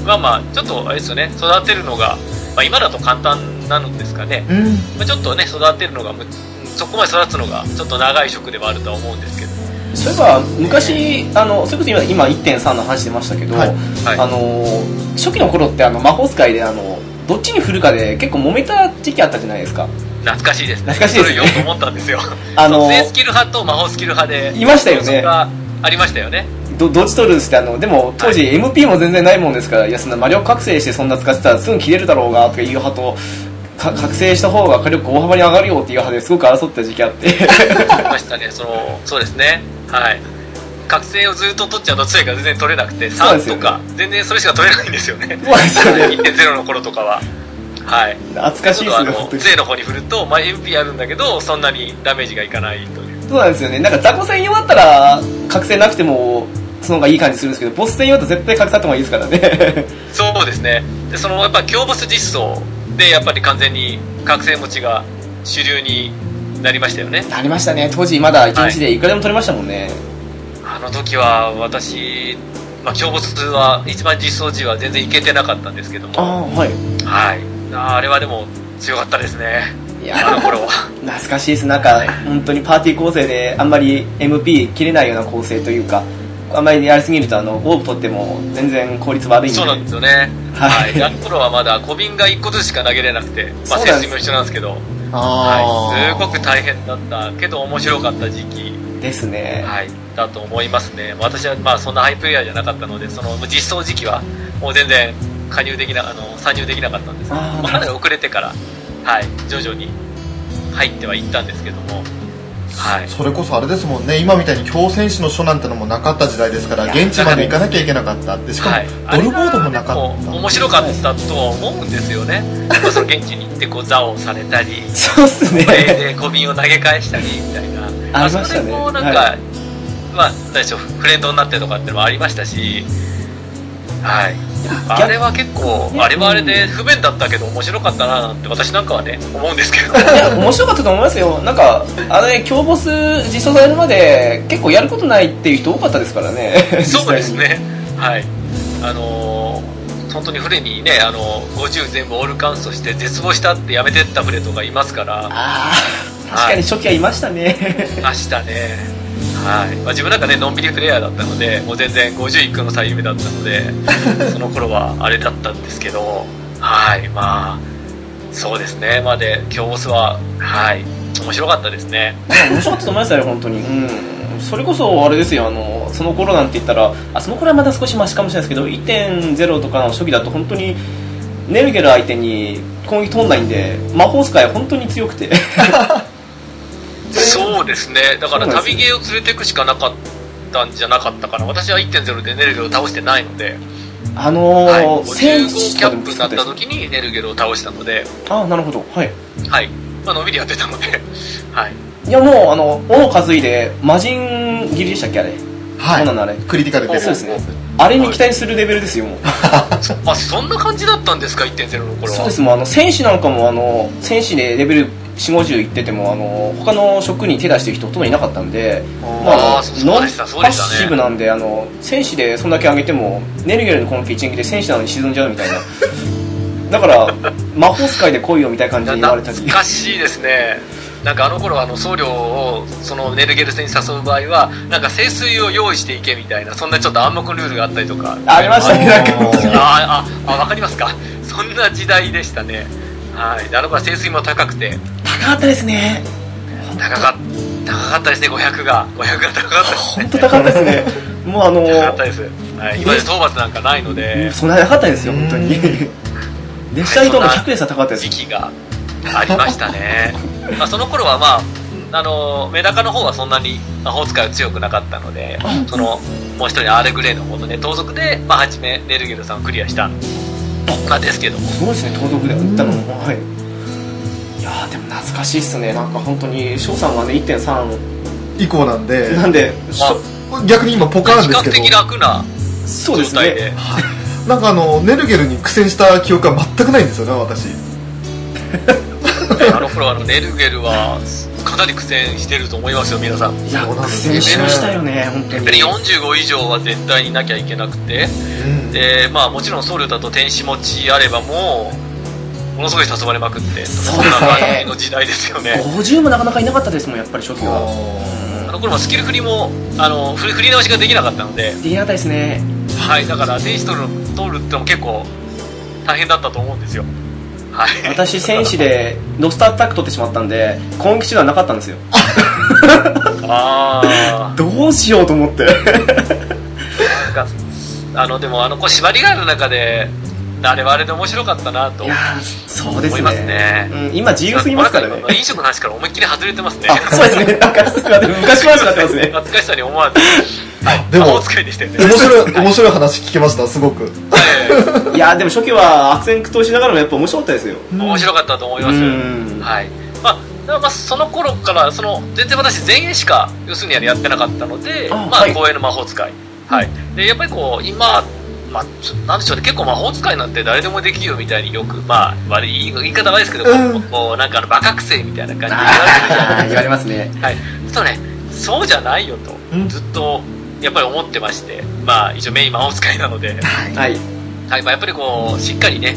まあまあ、ちょっとあれですよね、育てるのが、まあ、今だと簡単なのですかね、
うん
まあ、ちょっとね、育てるのがむ、そこまで育つのがちょっと長い職ではあるとは思うんですけど。
そういえば昔あのそれこそ今今1.3の話出ましたけど、
はい
はい
あの初期の頃ってあの魔法使いであのどっちに振るかで結構揉めた時期あったじゃないですか
懐かしいですね
懐かしいですね
それよく思ったんですよ
あの
属性スキル派と魔法スキル派で
いましたよね
そこがありましたよね
どどっち取るんですってあのでも当時 MP も全然ないもんですからいやそんな魔力覚醒してそんな使ってたらすぐ切れるだろうがとかいう派とか覚醒した方が火力大幅に上がるよっていう派ですごく争った時期あって
ありましたねそのそうですねはい覚醒をずっと取っちゃうと杖が全然取れなくて
そうなんで
3
すよ
とか、全然それしか取れないんですよね
そうなんですよね
1.0の頃とかははい
懐かしい
ち
で
ょっと
す
あ
ね
の
本当に
杖の方に振ると、まあ、MP あるんだけどそんなにダメージがいかないという
そうなんですよねなんか雑魚戦用だったら覚醒なくてもその方がいい感じするんですけどボス戦用だと絶対隠さった方がいいですからね
そうですねでそのやっぱ強ボス実装でやっぱり完全に覚醒持ちが主流になりましたよね
なりましたね当時まだ1日でいくらでも取れましたもんね、
あの時は私、まあ、強ボスは一番実装時は全然いけてなかったんですけども
ああはい
はいああれはでも強かったですね
い
あの
や
頃は
懐かしいですなんか本当にパーティー構成であんまり MP 切れないような構成というかあんまりやりすぎるとあのオーブ取っても全然効率悪いんで
そうなんですよね
は
はいいであの頃はまだ小瓶が1個ずつしか投げれなくてまあ
そうなんで
設
す
備も一緒なんですけどはい
あ、
すごく大変だったけど面白かった時期、
ですね
はい、だと思いますね私はまあそんなハイプレイヤーじゃなかったのでその実装時期はもう全然加入できなあの参入できなかったんですけど
あー
まあかなり遅れてから、はい、徐々に入ってはいったんですけども、はい、
それこそあれですもんね今みたいに強戦士の書なんてのもなかった時代ですから
いや
現地まで行かなきゃいけなかったってしか
はい、
もドルボードもなか
あれ
っ
がで
た
も面白かったとは思うんですよね、まあその現地に行ってこう座をされ たり、
そうっすね
これで小瓶を投げ返したりみたいな、
ありましたね
それもなんか、
は
まあ、何でしょう、フレンドになってとかってのもありましたし、はい、
逆
あれは結構、あれはあれで不便だったけど、面白かったななんて、私なんかはね、思うんですけど、
いや面白かったと思いますよなんかあのね強ボス実装されるまで結構やることないっていう人多かったですからね
そうです
実際に
ね、はい、あのー本当に船にね、あのー50全部オールカウントして、絶望したってやめてった船とかいますから、
ああ確かに初期はいました ね
明日ね。はいまあ、自分なんかねのんびりプレイヤーだったのでもう全然50行くの最夢だったので その頃はあれだったんですけどはいまあそうですねまあで今日ボスははい面白かったですね
面白かったと思いますよ本当にうんそれこそあれですよあのその頃なんて言ったらあその頃はまだ少しマシかもしれないですけど1.0とかの初期だと本当にネルゲル相手に攻撃通んないんで魔法使い本当に強くて
そうですね。だから
そうなんです
旅芸を連れていくしかなかったんじゃなかったかな。私は1.0でネルゲルを倒してないので、
あの
はい、
ー、
55キャ
で
ッ
も
プに
強かっ
なったた
です
時にネルゲルを倒したので、
あなるほどはい
はい。まあ、のんびりやってたので、 はい。
いやもうあの斧担いで魔人斬りでしたっけあれ、
は
そうなのあ
い
れ
クリティカル
そう
で
ですねあれに期待するレベルですよもう
あ、そんな感じだったんですか、1.0の頃
そう
は
で。すもうあの戦士なんかもあの戦士でレベル4 5 0いっててもあの他の職に手出してる人ほとんどいなかったんでまあ、あ
あーそう
のノン
そ
パ
うでしたそうで
ッ
したね
シブなんであの戦士でそんだけ上げてもネルゲルの攻撃一撃で戦士なのに沈んじゃうみたいな だから魔法使いで来いよみたいな感じで言われたり
懐かしいですね。なんかあの頃はあの僧侶をそのネルゲル戦に誘う場合はなんか聖水を用意していけみたいなそんなちょっと暗黙のルールがあったりとか
ありましたねなんか
あー
あーあ、あ、わかりますか。そんな時代でしたね。はい。であの頃は清水も高くて、
高かったですね
高かった、高かったですね、500が。500が高かったです
本
ね。
当高かったです ねもうあの
高かったです。はい。今で討伐なんかないので、
そんななかったですよ本当に
う
列車移動の100ですら高かったです
時期がありました ね。まあ、その頃はまあ、あの、メダカの方はそんなに魔法使いは強くなかったので、その、もう一人アールグレイの方のね、盗賊で、まあ、初め、ネルゲルさんをクリアした。まあ、ですけども。
すごいですね盗賊で売ったのも、はいいやーでも懐かしいっすねなんか本当に翔さんはね1.3
以降なんで
なんで、しょ
逆に今ポカー
比
ンです
較
けど
的楽な
そう
状
です
態で
ね。
なんかあのネルゲルに苦戦した記憶は全くないんですよね私
あの頃あのネルゲルはかなり苦戦してると思いますよ皆さん
いや
そうなん
苦
ですね
戦しましたよね本当
レ
に
ベル45以上は絶対になきゃいけなくて
うん
でまあもちろん僧侶だと天使持ちあればもうものすごい誘われまくって
そう
ですね
んな感じの時代ですよね
50もなかなかいなかったですもんやっぱり初期は
あの頃はスキル振りもあの振り振り直しができなかったので、
できなかったですね
はい、だから天使取る取るってのも結構大変だったと思うんですよはい
私戦士でロストアタック取ってしまったんで根気中ではなかったんですよ
ああ
どうしようと思って
なんかあのでもあのこう縛りがある中であれはあれで面白かったなと
いやーそうです
思
ね
いますね
うん、今自由すぎますからね
なんか飲食の話から思いっきり外れてますね
あそうですねなんかすいません昔話になってますね
懐かしさに思わずはい
でも
魔法使いでしたよね
面白い面白い話聞けましたすごく
はい
いやーでも初期は悪戦苦闘しながらもやっぱ面白かったですよ
面白かったと思います
うん
はいまあでもまあその頃からその全然私前衛しか要するにやってなかったので
あ
まあ
はい
公演の魔法使いはいでやっぱりこう今まあ、ちょなんでしょうね結構魔法使いなんて誰でもできるよみたいによくまあ悪い言い言い方がですけど、
うん
こうなんかあのバカ学生みたいな感じで言われるじゃない
あー言われますね
はい、そうね、そうじゃないよと、
うん
ずっとやっぱり思ってまして、まあ、一応メイン魔法使いなので、
はい
はいまあ、やっぱりこうしっかりね、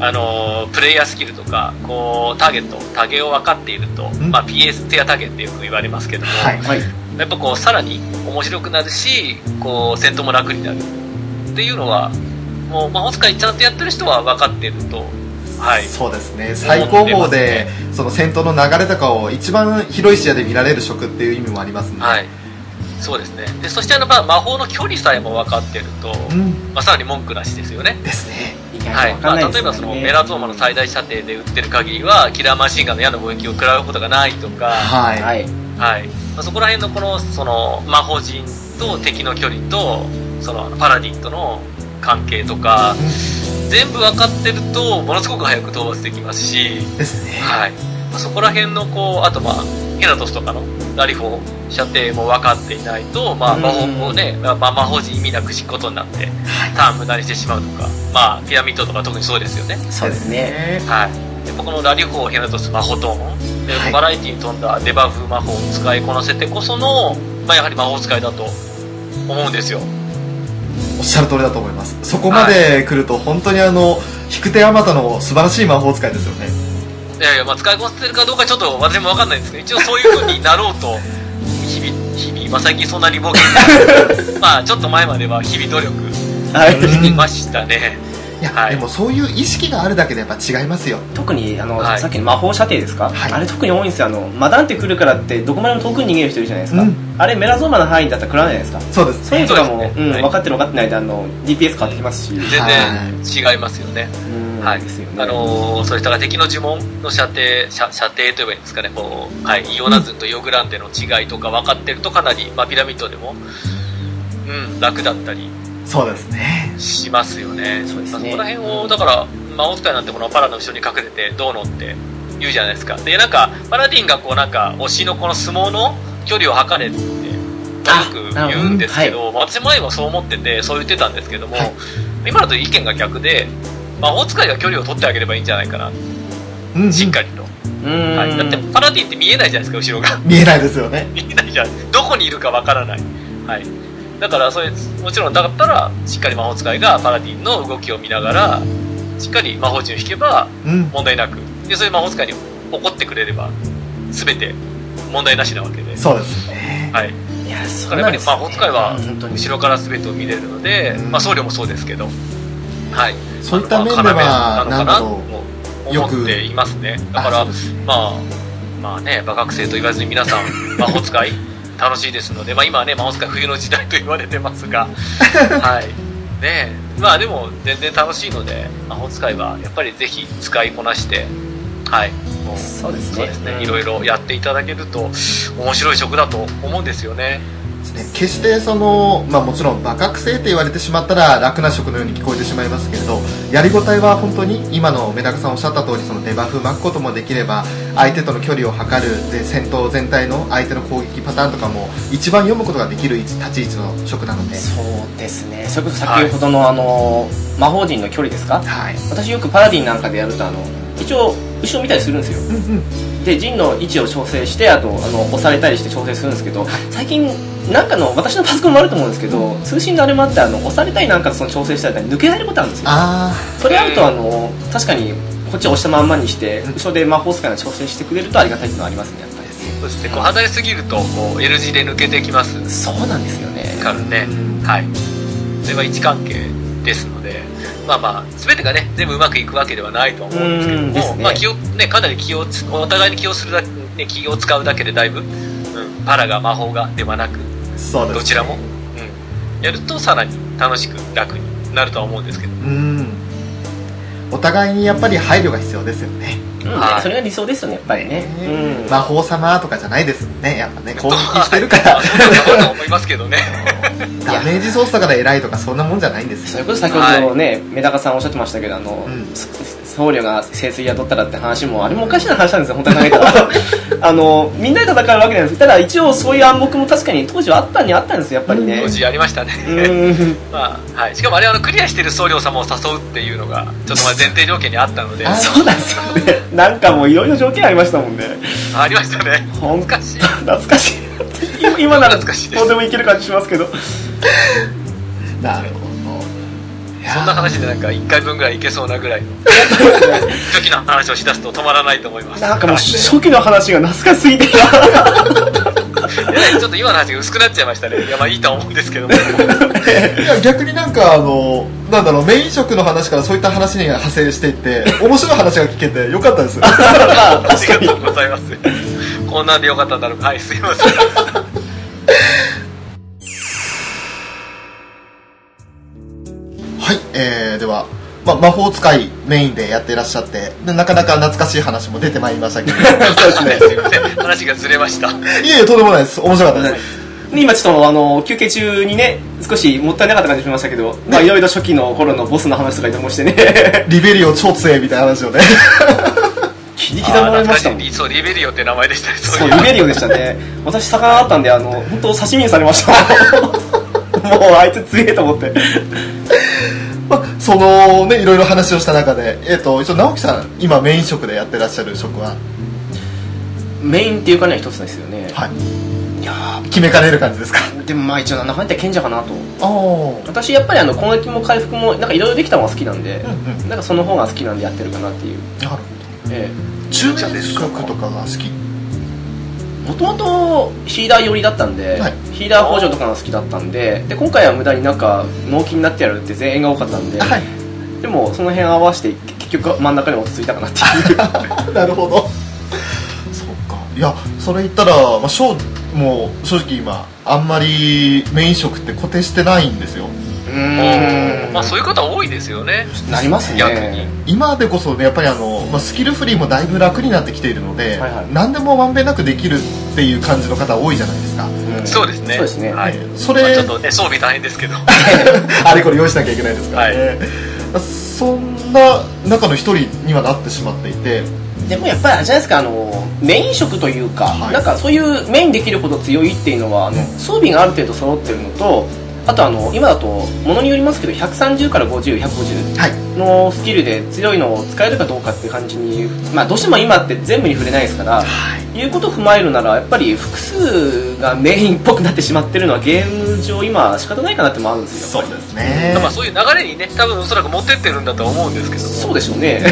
あのープレイヤースキルとかこうターゲット、タゲを分かっていると、
ん
まあ、PS テアタゲってよく言われますけども、
はい
はい
やっぱこうさらに面白くなるしこう戦闘も楽になるっていうのはもう魔法使いちゃんとやってる人は分かっていると。はい
そうですね最高峰で、その戦闘の流れとかを一番広い視野で見られる職っていう意味もありますね
はい、そうですねでそしてあの、まあ、魔法の距離さえも分かってると、
うん
まあ、さらに文句なしですよね。
ですね
はいまあ、例えばそのメラゾーマの最
大
大射程で撃ってる限りはキラーマシンガンの矢の攻撃を食らうことがないとか、
はい、
はい
はいまあ、そこら辺のこのその魔法陣と敵の距離とそのパラディンとの関係とか全部分かってるとものすごく早く討伐できますし、
ですね
はいまあ、そこら辺のこうあとまあヘラトスとかのラリフォー射程も分かっていないと、まあ、
うん
魔法をね、まあ、魔法陣意味なくしくことになってターン無駄にしてしまうとか、まあ、ピラミッドとか特にそうですよね
そうですね
はい、でこのラリフォーヘラトス魔法トーンで、
はい
バラエティに富んだデバフ魔法を使いこなせてこその、まあ、やはり魔法使いだと思うんですよ
おっしゃる通りだと思いますそこまで来ると本当にあの引く手あまたの素晴らしい魔法使いですよね
いやいや、まあ、使いこなせてるかどうかちょっと私も分かんないんですけど一応そういう風になろうと 日々日々、まあ、最近そんなに冒 険まあちょっと前までは日々努力
はい
してましたね、
いや、
はい
でもそういう意識があるだけでやっぱ違いますよ
特にあの、
はい
さっきの魔法射程ですか、
はい
あれ特に多いんですよあのマダンって来るからってどこまでも遠くに逃げる人いるじゃないですか、
うん
あれメラゾーマの範囲だったら食らわないじゃないですか
そうです
そういうのとかも、
そうです
う
ね
ん
はい
分かってる分かってないであの DPS 変わってきますし、う
全然違いますよね、
ん
はい
ですよね
あのーそれから敵の呪文の射程射射程といえばいいんですかねこう、はい、イオナズンとイオグランデの違いとか分かってるとかなり、まあ、ピラミッドでも、うん、楽だったり
そうですね
しますよね
そうですね
まあそこら辺をだから魔法使いなんてこのパラの後ろに隠れてどうのって言うじゃないですかでなんかパラディンがこうなんか推しのこの相撲の距離を測れって、
あ
まあよく
なるほど
言うんですけど、私前はそう思っててそう言ってたんですけども、
はい
今だと意見が逆で魔法使いが距離を取ってあげればいいんじゃないかな
うんうん
しっかりと、
うん、
はい、だってパラディンって見えないじゃないですか後ろが
見えないですよね
見えないじゃんどこにいるかわからない、はい、だからそれもちろんだったらしっかり魔法使いがパラディンの動きを見ながらしっかり魔法陣を引けば
うん
問題なくでそういう魔法使いに怒ってくれれば全て問題なしなわけで、
そうですね
はい、
いやそ
だか
う
ら
なんで
やっぱり
す
魔
よ
法使いは
うん本当に
後ろから全てを見れるので、
うん
まあ、僧侶もそうですけど、はい、
そういった面で
まあ
は
要
な
なの
んだ
かなと
ろ
も
よく
思っていますね
う
だから
あそうですね
まあ、まあね、まあ学生と言わずに皆さん、 魔法使い、楽しいですので、まあ、今はね、魔法使い冬の時代と言われてます が、はい。ねえまあでも、全然楽しいので、魔法使いは、やっぱりぜひ使いこなして、はい。もう
そうですね
そうです
うん
ね。いろいろやっていただけると、面白い職だと思うんですよね。
ね決してその、まあ、もちろんバカ学生って言われてしまったら楽な職のように聞こえてしまいますけれどやりごたえは本当に今のメダカさんおっしゃった通りそのデバフ巻くこともできれば相手との距離を測るで戦闘全体の相手の攻撃パターンとかも一番読むことができる位置立ち位置の職なので
そうですねそれこそ先ほどの、あの魔法陣の距離ですか
はい
私よくパラディンなんかでやるとあの一応後ろ見たりするんですよ
うんうん
で陣の位置を調整してあとあの押されたりして調整するんですけど最近なんかの私のパソコンもあると思うんですけど通信のあれもあってあの押されたりなんかその調整したりとか抜けられることあるんですよ
あ
それあるとあの確かにこっちを押したまんまにして
うん
後ろで魔法使いの調整してくれるとありがたいっていうのはありますねやっぱり
そして、こう、離れすぎると、こう、L 字で抜けてきます
そうなんですよね
からね
うん。
はい。それは位置関係ですので、ままあまあ、全てがね、全部うまくいくわけではないとは思うんですけど
うんです
も、
ね
まあ気を、ね、かなり気をつ、お互いに気をするだけ、ね、気を使うだけでだいぶ、うん、パラが魔法がではなく、
そうです
どちらも、うん、やるとさらに楽しく楽になるとは思うんですけど、
うんお互いにやっぱり配慮が必要ですよね
うん、それが理想ですよねやっぱりねうん
魔法様とかじゃないですもんねやっぱね攻撃してるから
そうだと思いますけどね。
ダメージ操作が偉いとかそんなもんじゃないんです
そ
よ
れこそ先ほどね、メダカさんおっしゃってましたけど、あの、
うん
そ僧侶が聖水宿ったらって話も、あれもおかしな話なんですよ、本当に考えた ら。あの、みんなで戦うわけなんですただ一応そういう暗黙も確かに当時はあったにあったんですよ、やっぱりね
当。時やりましたね。
うん。
まあ、はい。しかもあれ、あの、クリアしてる僧侶様を誘うっていうのが、ちょっとまあ前提条件にあったので、
あ
あ
そうなんですよね。なんかもういろいろ条件ありましたもんね。
りましたね。
本
懐かしい。
懐か しい。今なら
懐かしいです
どうでもいける感じしますけど。
なるほど
そんな話でなんか1回分ぐらいいけそうなぐらいの、 初期の話をしだすと止まらないと 思います。
なんかもう
はい
初期の話が懐かしすぎて。
えらいちょっと今の話が薄くなっちゃいましたね。いや、まあいいとは思うんです けども。
いや逆になんかあのなんだろうメイン職の話からそういった話に派生していって面白い話が聞けてよかったです
ありがとうございます。こんなんでよかったんだろうか。はい、すいません。
はい、えー、では、まあ、魔法使いメインでやっていらっしゃってでなかなか懐かしい話も出てまいりましたけど
そうですね。すいません。話がずれました。
いえいえとんでもないです面白かったです、
で今ちょっとあの休憩中にね少しもったいなかった感じしましたけど、まあいろいろ初期の頃のボスの話とかにもして ね
リベリオ超強いみたいな話をね
切り刻まれましたもん
あー懐かしいそう、リベリオって名前でしたね。
そ
そうういう
リベリオでしたね私魚あったんであの本当刺身にされま したもんもうあいつ強えと思って
まあそのねいろいろ話をした中で、えー、と一応直樹さん今メイン職でやってらっしゃる職は、
メインっていうかね一つですよね
はい、
いや
決めかねる感じですか
ーでもまあ一応なんだかんだ言って賢者かなと
ああ
私やっぱりあの攻撃も回復もなんかいろいろできた方が好きなんで、
うんうん
なんかその方が好きなんでやってるかなっていう
なるほ
ええ
ど中年職とかが好き
もともとヒーラー寄りだったんで、
はい
ヒーラー補助とかが好きだったんでで今回は無駄になんか納期になってやるって全員が多かったんで、
はい
でもその辺合わせて結局真ん中に落ち着いたかなっていう
なるほどそうかいやそれ言ったら、まあ、ショーもう正直今あんまりメイン職って固定してないんですよ
うーん
まあそういう方多いですよね。
なりますね
逆に
今でこそねやっぱりあの、まあ、スキルフリーもだいぶ楽になってきているので、
はいはい
何でもまんべんなくできるっていう感じの方多いじゃないですか、
うん
そうですね。
そうですね、
はい。
ねそ
まあ
れ
ちょっとね、装備大変ですけど。
あれこれ用意しなきゃいけないですからね、そんな中の一人にはなってしまっていて
でもやっぱりあれじゃないですかあのメイン職というか、
はい
なんかそういうメインできるほど強いっていうのはあの装備がある程度揃ってるのとあとあの今だとものによりますけど130から50150
はい
のスキルで強いのを使えるかどうかっていう感じに、まあ、どうしても今って全部に触れないですから、い、うことを踏まえるならやっぱり複数がメインっぽくなってしまってるのはゲーム上今仕方ないかなってもあるんですよ
そうですね
まあそういう流れにね、多分おそらく持ってってるんだとは思うんですけども。
そうでしょうね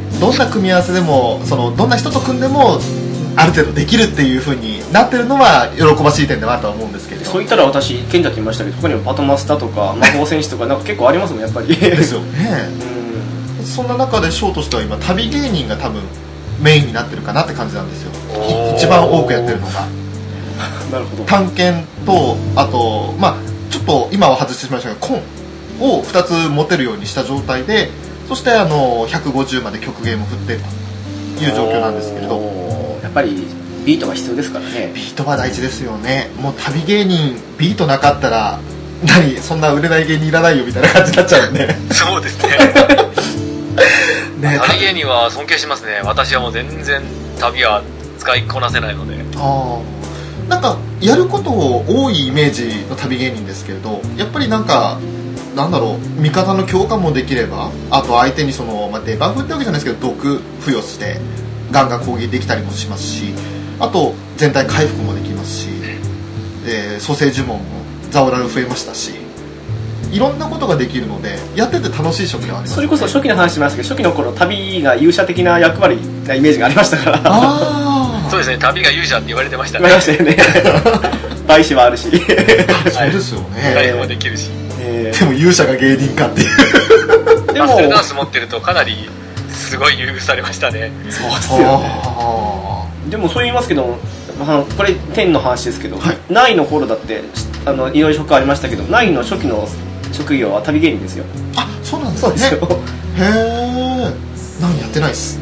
どんな組み合わせでもそのどんな人と組んでもある程度できるっていう風になってるのは喜ばしい点ではあるとは思うんですけれど
そういったら私賢者って言いましたけど他にもバトマスターとか魔法戦士とか なんか結構ありますもんやっぱり
ですよね
うん
そんな中でショーとしては今旅芸人が多分メインになってるかなって感じなんですよ
おー
一番多くやってるのが
なるほど
探検とあとまあちょっと今は外してしまいましたがコンを2つ持てるようにした状態でそしてあの150まで極限を振ってるという状況なんですけれど
おーやっぱりビートが必要ですからね
ビートは大事ですよねもう旅芸人ビートなかったら何そんな売れない芸人いらないよみたいな感じになっちゃうんでね
そうですね。旅芸人は尊敬しますね。私はもう全然旅は使いこなせないので。
あーなんかやること多いイメージの旅芸人ですけれどやっぱりなんかなんだろう味方の強化もできればあと相手にその、まあ、デバフってわけじゃないですけど毒付与してガンガン攻撃できたりもしますしあと全体回復もできますし、えー、蘇生呪文もザオラル増えましたしいろんなことができるのでやってて楽しい職ではあります
それこそ初期の話しましたけど初期の頃旅が勇者的な役割なイメージがありましたから
あ
そうですね、旅が勇者って言われて ました
な
ね
り。ましたよね買収はあるし、
あそうですよね、
ライブもできるし。
ええ
でも勇者が芸人かっていう
ー、で
マッ
も
スルダンス持ってるとかなりすごい優遇されましたね
そうっすよね
あ
でもそう言いますけどあのこれ天の話ですけど、
はい
ナイの頃だってしあのいろいろ職ありましたけどナイの初期の職業は旅芸人ですよ
ーあそうなんですねへえ何やってないっす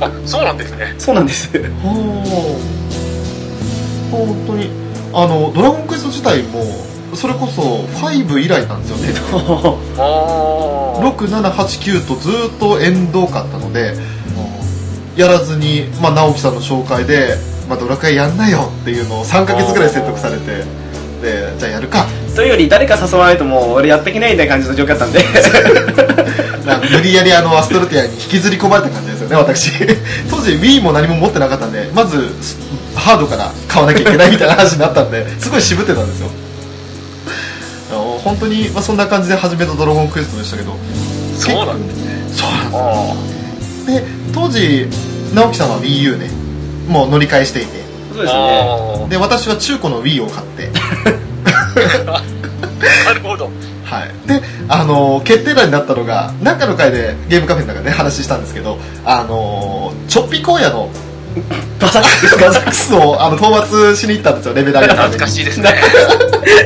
あそうなんですね
そうなんです
ほ本当にあのドラゴンクエスト自体もそれこそ5以来なんですよね
ああ
6789とずっと縁遠かったのでやらずに、まあ、直樹さんの紹介で「まあ、ドラクエやんなよ」っていうのを3ヶ月ぐらい説得されてでじゃあやるか
というより誰か誘わないともう俺やってけないみたいな感じの状況だったんで
なんか無理やりあのアストルティアに引きずり込まれた感じですよね私 当時 Wii も何も持ってなかったんでまずスハードから買わなきゃいけないみたいな話になったんですごい渋ってたんですよあの本当に、まあ、そんな感じで始めた「ドラゴンクエスト」でしたけど
そうなんですね
そうなんです
あ
で当時直樹さんは WiiU ねもう乗り換えしていて
そう
ー
ですね
あ
で私は中古の Wii を買って
ーなるほど
はい、であのー決定打になったのが何かの回でゲームカフェの中で話したんですけどあのーちょっぴ荒野 のガザックスガザックスをあの討伐しに行ったんですよレベル上げるため
懐
に
かしいですね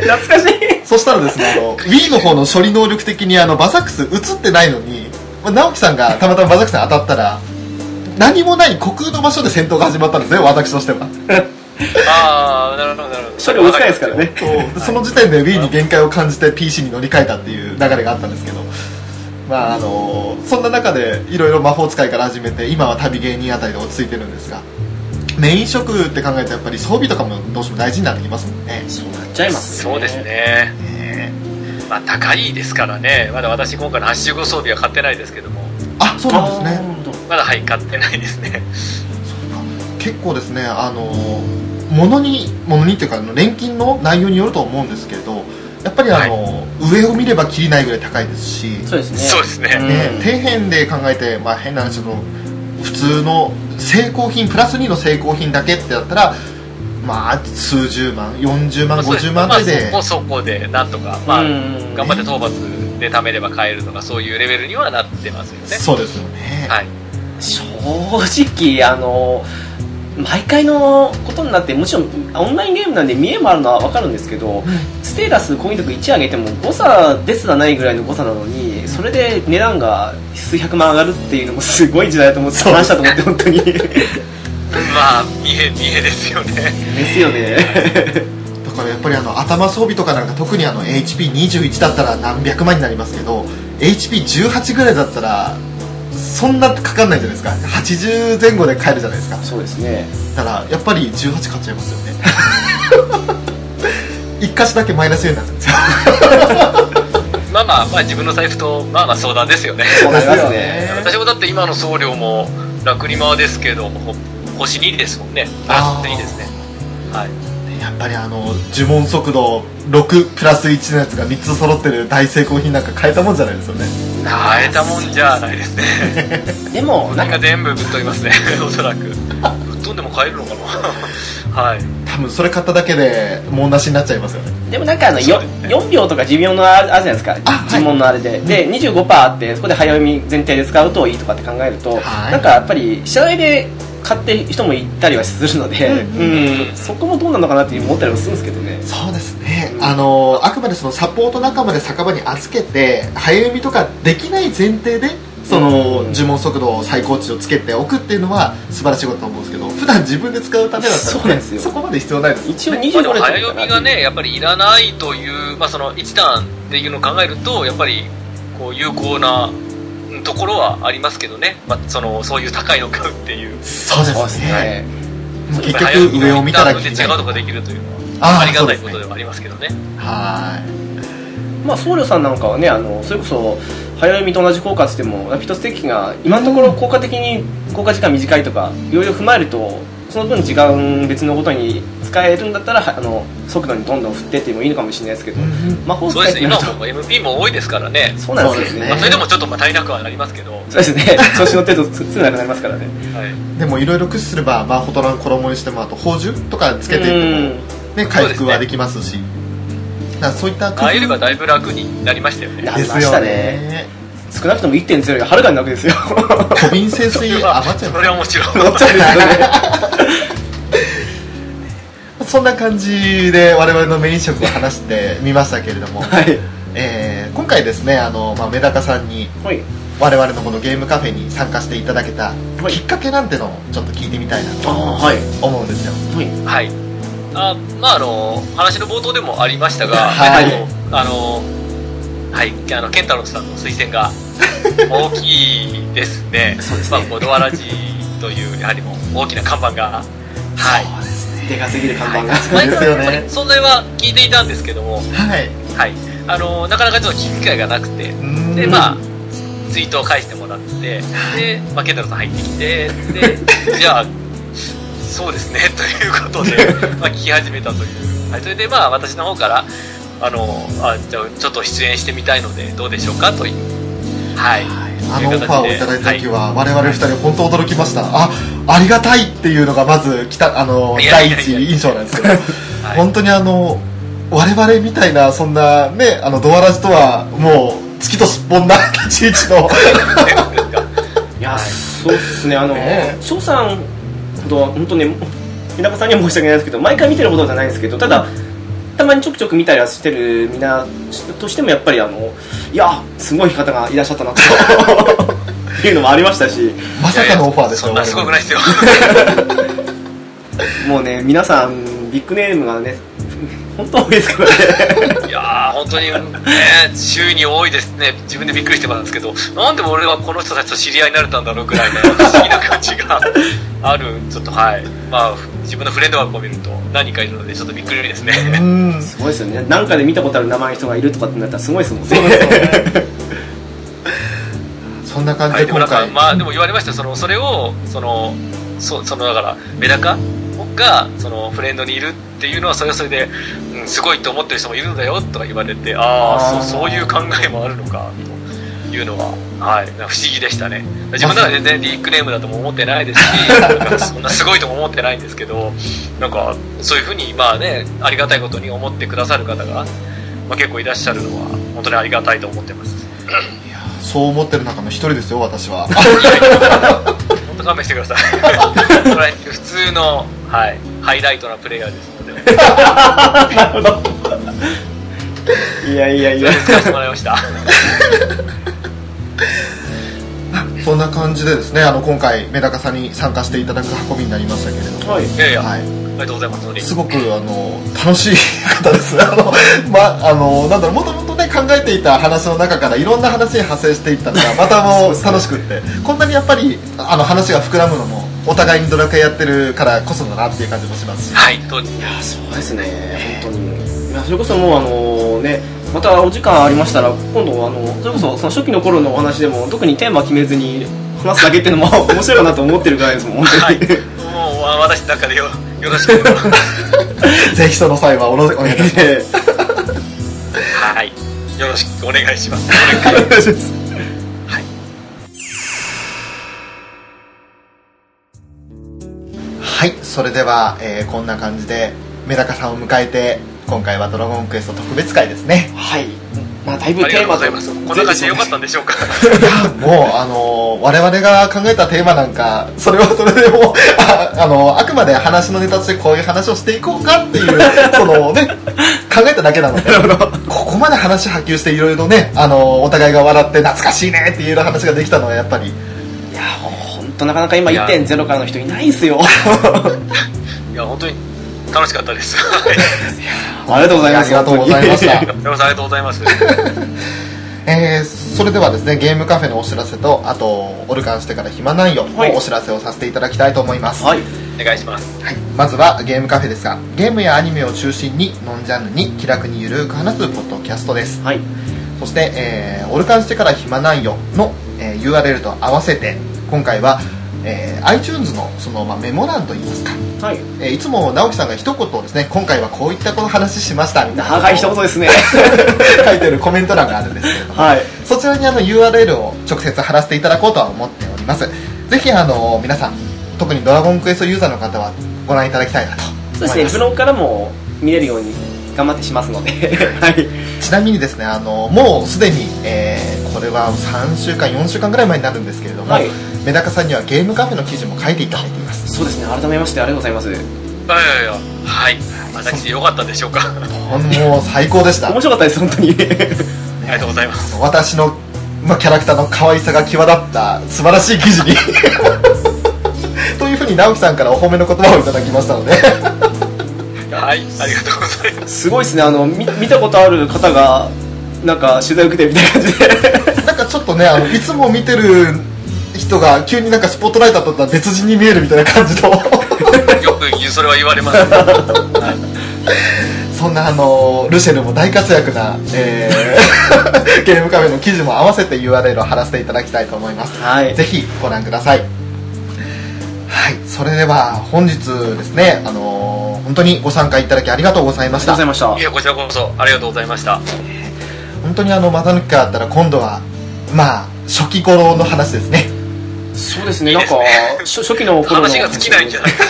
懐かしい
そしたらですねあの Wii の方の処理能力的にあのバザックス映ってないのに、まあ、直樹さんがたまたまバザックスに当たったら何もない虚空の場所で戦闘が始まったんですね私としては
ああなるほどなるほど
処理追いつかないですからね
でその時点で Wii に限界を感じて PC に乗り換えたっていう流れがあったんですけど、まああのそんな中でいろいろ魔法使いから始めて今は旅芸人あたりで落ち着いてるんですがメイン職って考えるとやっぱり装備とかもどうしても大事になってきますもんね
そうなっちゃいますよ
そうですね
ね
まあ高いですからねまだ私今回の発集後装備は買ってないですけども
あそうな
あ
んですね
ー
まだはい買ってないですね
結構ですねあの物に物にっていうかあの錬金の内容によると思うんですけどやっぱりあの、上を見ればきりないぐらい高いですし
そうですね
そうですね
ね
うん
底辺で考えて、まあ、変な話その普通の成功品プラス2の成功品だけってだったらまあ数十万40万
まあそうです
50万手で
まあ、そこそこでなんとか、まあ、
うん
頑張って討伐で貯めれば買えるとかそういうレベルにはなってますよね
そうですよね、
はい
正直あの毎回のことになってもちろんオンラインゲームなんで見えもあるのは分かるんですけどステータスコミント1上げても誤差ですらないぐらいの誤差なのにそれで値段が数百万上がるっていうのもすごい時代だと思って話したと思って本 当にで
まあ見え見えですよね
すよね
だからやっぱりあの頭装備とかなんか特にあの HP21 だったら何百万になりますけど HP18 ぐらいだったらそんなかかんないじゃないですか80前後で買えるじゃないですか
そうですね
だからやっぱり18買っちゃいますよ ね一箇所だけマイナス4になっちゃうんですよ
まあまあまあ自分の財布とまあまあ相談ですよね
そうなりま
です
す
ね
ね
私もだって今の送料もラクリマですけどほ星2ですもんねプラ
あー
ス2ですねはい
やっぱりあの呪文速度6プラス1のやつが3つ揃ってる大成功品なんか変えたもんじゃないですよね
買えたもんじゃないですね
でもな
なんん
か
か全部ぶっ飛びますね おそらくぶっ飛んでも買えるのかな はい
多分それ買っただけでもうなしになっちゃいますよね
でもなんかあのよ
そうですね
4秒とか寿命のあるあるじゃないですか
あはい
呪文のあれで、で25%あってそこで早読み前提で使うといいとかって考えると、
はい
なんかやっぱり知らないで買ってる人もいたりはするので、うんそこもどうなのかなって思ったりもするんですけどね
そうですねあのあくまでそのサポート仲間で酒場に預けて早読みとかできない前提でその
うん
呪文速度を最高値をつけておくっていうのは素晴らしいことだと思うんですけど普段自分で使うためだった
そ
ら、
うなん
ね、
ですよ
こまで必要ないです
一応
まあ、で
25
も
レ
早読みがね、やっぱりいらないという、まあ、その1段っていうのを考えると、やっぱりこう有効なうんところはありますけどね、まあ、そのそういう高いのを買うっていう、
そうで
そうですす
ね
ね
もう結
早読
局
み
上を見たら
ので違うとこできるというの
あー
は、ありがたい
そうです
こ
ね
とではありますけどね。
はい
まあ僧侶さんなんかはねあのそれこそ早読みと同じ効果っつってもラピュトステッキが今のところ効果的に効果時間短いとかいろいろ踏まえるとその分時間別のことに使えるんだったらはあの速度にどんどん振ってってもいいのかもしれないですけど、魔法
そう
使
で
いっ
す
て
ね、
なる
今
と
はもう MP も多いですからね、
そうなんですよ
そうですね
ね
まあ、それでもちょっとまあ足りなくはなりますけど、はい、
そうですね調子乗ってるとすすぐなくなりますからね
でもいろいろ駆使すれば、まあ、ほとらの衣にしてもあと宝珠とかつけていっても、ね、回復はできますし
う
からそういった工夫
ああいうのがだいぶ楽になりましたよね
な
で
りますした
よ
ね
ね
少なくとも1.0よりはるかに楽ですよ
飛び潜水
それは
余っちゃう
それはもちろん
乗っちゃうんですよね
そんな感じで我々のメイン職を話してみましたけれども、
はい
えー今回ですねあの、まあ、メダカさんに
はい
我々のこのゲームカフェに参加していただけた
はい
きっかけなんてのをちょっと聞いてみたいな
ああはい
と思うんですよ
はい
はい。あまあ、あの、話の冒頭でもありましたが、
はい
えっとあの、はい、あの、ケンタロウさんの推薦 が大きいですね。
そうですね
まあ、ボドワラジという、やはりもう大きな看板が、はい。
そうですね
でかすぎる看板が
うですよね
前からやっぱり存在は聞いていたんですけども、
はい
はい。あの、なかなかちょっと聞く機会がなくて、で、まあ、ツイートを返してもらって、で、まあ、ケンタロウさん入ってきて、 で、じゃあ、そうですね、 ということで、まあ、聞き始めたという。はい、それで、まあ、私の方から、あの、あ、じゃあ、ちょっと出演してみたいので、どうでしょうか、という。はい。
あのオファーをいただいた時は我々二人本当驚きました、あありがたいっていうのがまず来たあの
いや
第
いやいや
一印象なんですけど、
はい
本当にあの我々みたいなそんなねあのドアラジとはもう月とすっぽんな立ち位 置の
いやそうっすねあの
ね
翔さんほど本当ね日高さんには申し訳ないですけど毎回見てるほどじゃないですけどただたまにちょくちょく見たりはしてるみんなとしてもやっぱりあのいやすごい方がいらっしゃったな というのもありましたし
まさかのオファーでした
そんなすごくないですよ。
もうね皆さんビッグネームがね本当多いですからね
いやー、本当に、ね、周囲に多いですね。自分でびっくりしてたんですけど、なんで俺はこの人たちと知り合いになれたんだろうぐらいの、不思議な感じがある、ちょっとはい。まあ、自分のフレンド枠を見ると、何人かいるので、ちょっとびっくりですね。
うん
すごいですよねなんかで見たことある名前の人がいるとかってなったらすごいですもんね
そうですよねそんな感じ
はい、
で
でもな
今
んか
回、、
まあ、でも言われましたよその、それを、その、そその、だから、メダカが、その、フレンドにいるっていうのは、それはそれで、うん、すごいと思ってる人もいるんだよ、とか言われて、あ
あ
あ、
ー
そう、そういう考えもあるのか、というのは、はい、不思議でしたね。自分の中で全然ビッグネームだとも思ってないですし、なん かそんなすごいとも思ってないんですけど、なんか、そういうふうに、まあね、ありがたいことに思ってくださる方が、まあ、結構いらっしゃるのは、本当にありがたいと思ってます。
そう思ってる中の一人ですよ私 は
本当勘弁してくださ いこれ普通の、はい、ハイライトなプレイヤーですので
なるほ どいやいやいや
使わせてもらいました
そんな感じでですねあの今回メダカさんに参加していただく運びになりましたけれども
はい
いやいや、
はい
ありがとうございます本当に
すごくあの楽しい方ですねあ の、ま、あのなんだろうもともとね考えていた話の中からいろんな話に派生していったの がまたもう楽しくってこんなにやっぱりあの話が膨らむのもお互いにドラクエやってるからこそだなっていう感じもしますし
はいどうぞ
いやそうですね本当にいやそれこそもうあのねまたお時間ありましたら今度あのそれこそその初期の頃のお話でも特にテーマ決めずに話すだけっていう のも面白いかなと思ってるぐらいですもん本
はい
当
も
に、
うあ私の中でよよろしく
ぜひその際はおろお願いいたします
え
はいよろしくお願いします
えお願いします
はいそれでは、えーこんな感じでメダカさんを迎えて今回は「ドラゴンクエスト」特別会ですね
はいまあだいぶ
ありが
テー
とうご
マ
ざいますこんな感じでよかったんでしょうか
いやもうあの我々が考えたテーマなんかそれはそれでもうああのあくまで話のネタとしてこういう話をしていこうかっていうその ね考えただけなのでここまで話波及していろいろねあのお互いが笑って懐かしいねっていうような話ができたのはやっぱり
いや本当なかなか今1.0からの人いないですよ
いや本当に楽しかったですはい
ありがとうございます
ありがとうございました
山本さんありがとうございます
えーそれではですねゲームカフェのお知らせとあとオルカンしてから暇ないよ
はい
のお知らせをさせていただきたいと思います、
はい
お願いします
はい、まずはゲームカフェですがゲームやアニメを中心にノンジャンルに気楽にゆるく話すポッドキャストです
はい
そして、えーオルカンしてから暇ないよの、えー URL と合わせて今回は、えー iTunes のその、まあ、メモ欄といいますか、
はい
えーいつも直樹さんが一言をですね今回はこういったこの話しましたみたいな
長い一言 ですね
書いてる コメント欄があるんですけれども
はい
そちらにあの URL を直接貼らせていただこうとは思っておりますぜひあの皆さん特にドラゴンクエストユーザーの方はご覧いただきたいなと
そうですね、ブログからも見れるように頑張ってしますのではい
ちなみにですねあのもうすでに、えーこれは3週間4週間ぐらい前になるんですけれども、
はい
メダカさんにはゲームカフェの記事も書いていただいています
そうですね改めましてありがとうございます
いやいやはい私でよかったでしょうかあ
もう最高でした
面白かったです本 当に
りがとうございます
私の、まあ、キャラクターの可愛さが際立った素晴らしい記事に というふうに直樹さんからお褒めの言葉をいただきましたので
はいありがとうござ います
すごいですねあの見見たことある方がなんか取材受けてるみたいな感じで
なんかちょっとねあのいつも見てる人が急になんかスポットライト当たったら別人に見えるみたいな感じの
よく言うそれは言われます
そんなあのルシェルも大活躍な、えー ゲームカフェの記事も合わせて URL を貼らせていただきたいと思います
はい
ぜひご覧ください。はい、それでは本日ですね、あのー本当にご参加いただきありがとうございま
ありが
した
とうござい。ました
いやこちらこそありがとうございました
本当にあの、また抜きがあったら今度は、まあ、初期頃の話ですね。
そうですね
いい
なん
です
か
ね
初初期の頃の
話が尽きないんじゃないか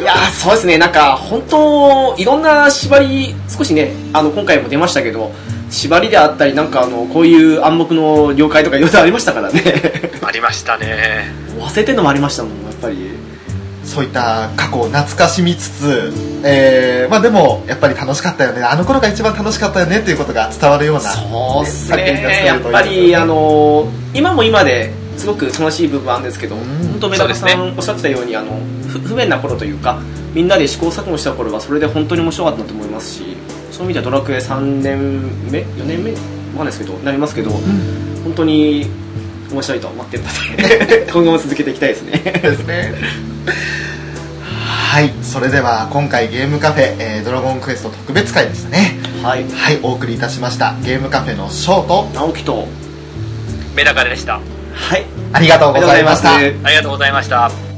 いやーそうですね、なんか本当、いろんな縛り、少しね、あの今回も出ましたけど、縛りであったり、なんかあのこういう暗黙の了解とか、いろいろありましたからね、
ありましたね
忘れてるのもありましたもん、やっぱり、
そういった過去を懐かしみつつ、えー、まあでも、やっぱり楽しかったよね。あの頃が一番楽しかったよねっていうことが伝わるような。
そうっすね、
作品が作れ
や
る
っ
といいですね
ぱり、あの今も今ですごく楽しい部分はあるんですけど、本当、メダカさ
そうん
おっしゃってたように、あのふ不便な頃というか、みんなで試行錯誤した頃は、それで本当に面白かったと思いますし、そういう意味では、ドラクエ3年目、4年目わかんないですけど、なりますけど、
うん
本当に面白いと思ってるので今後も続けていきたいですね
ですね。はい、それでは今回ゲームカフェ、えードラゴンクエスト特別会でしたね。
はい
はい、お送りいたしました。ゲームカフェのショート、
直樹と
メダカでした
はい
ありがとうございました
ありがとうござい。ます
ありがとうございました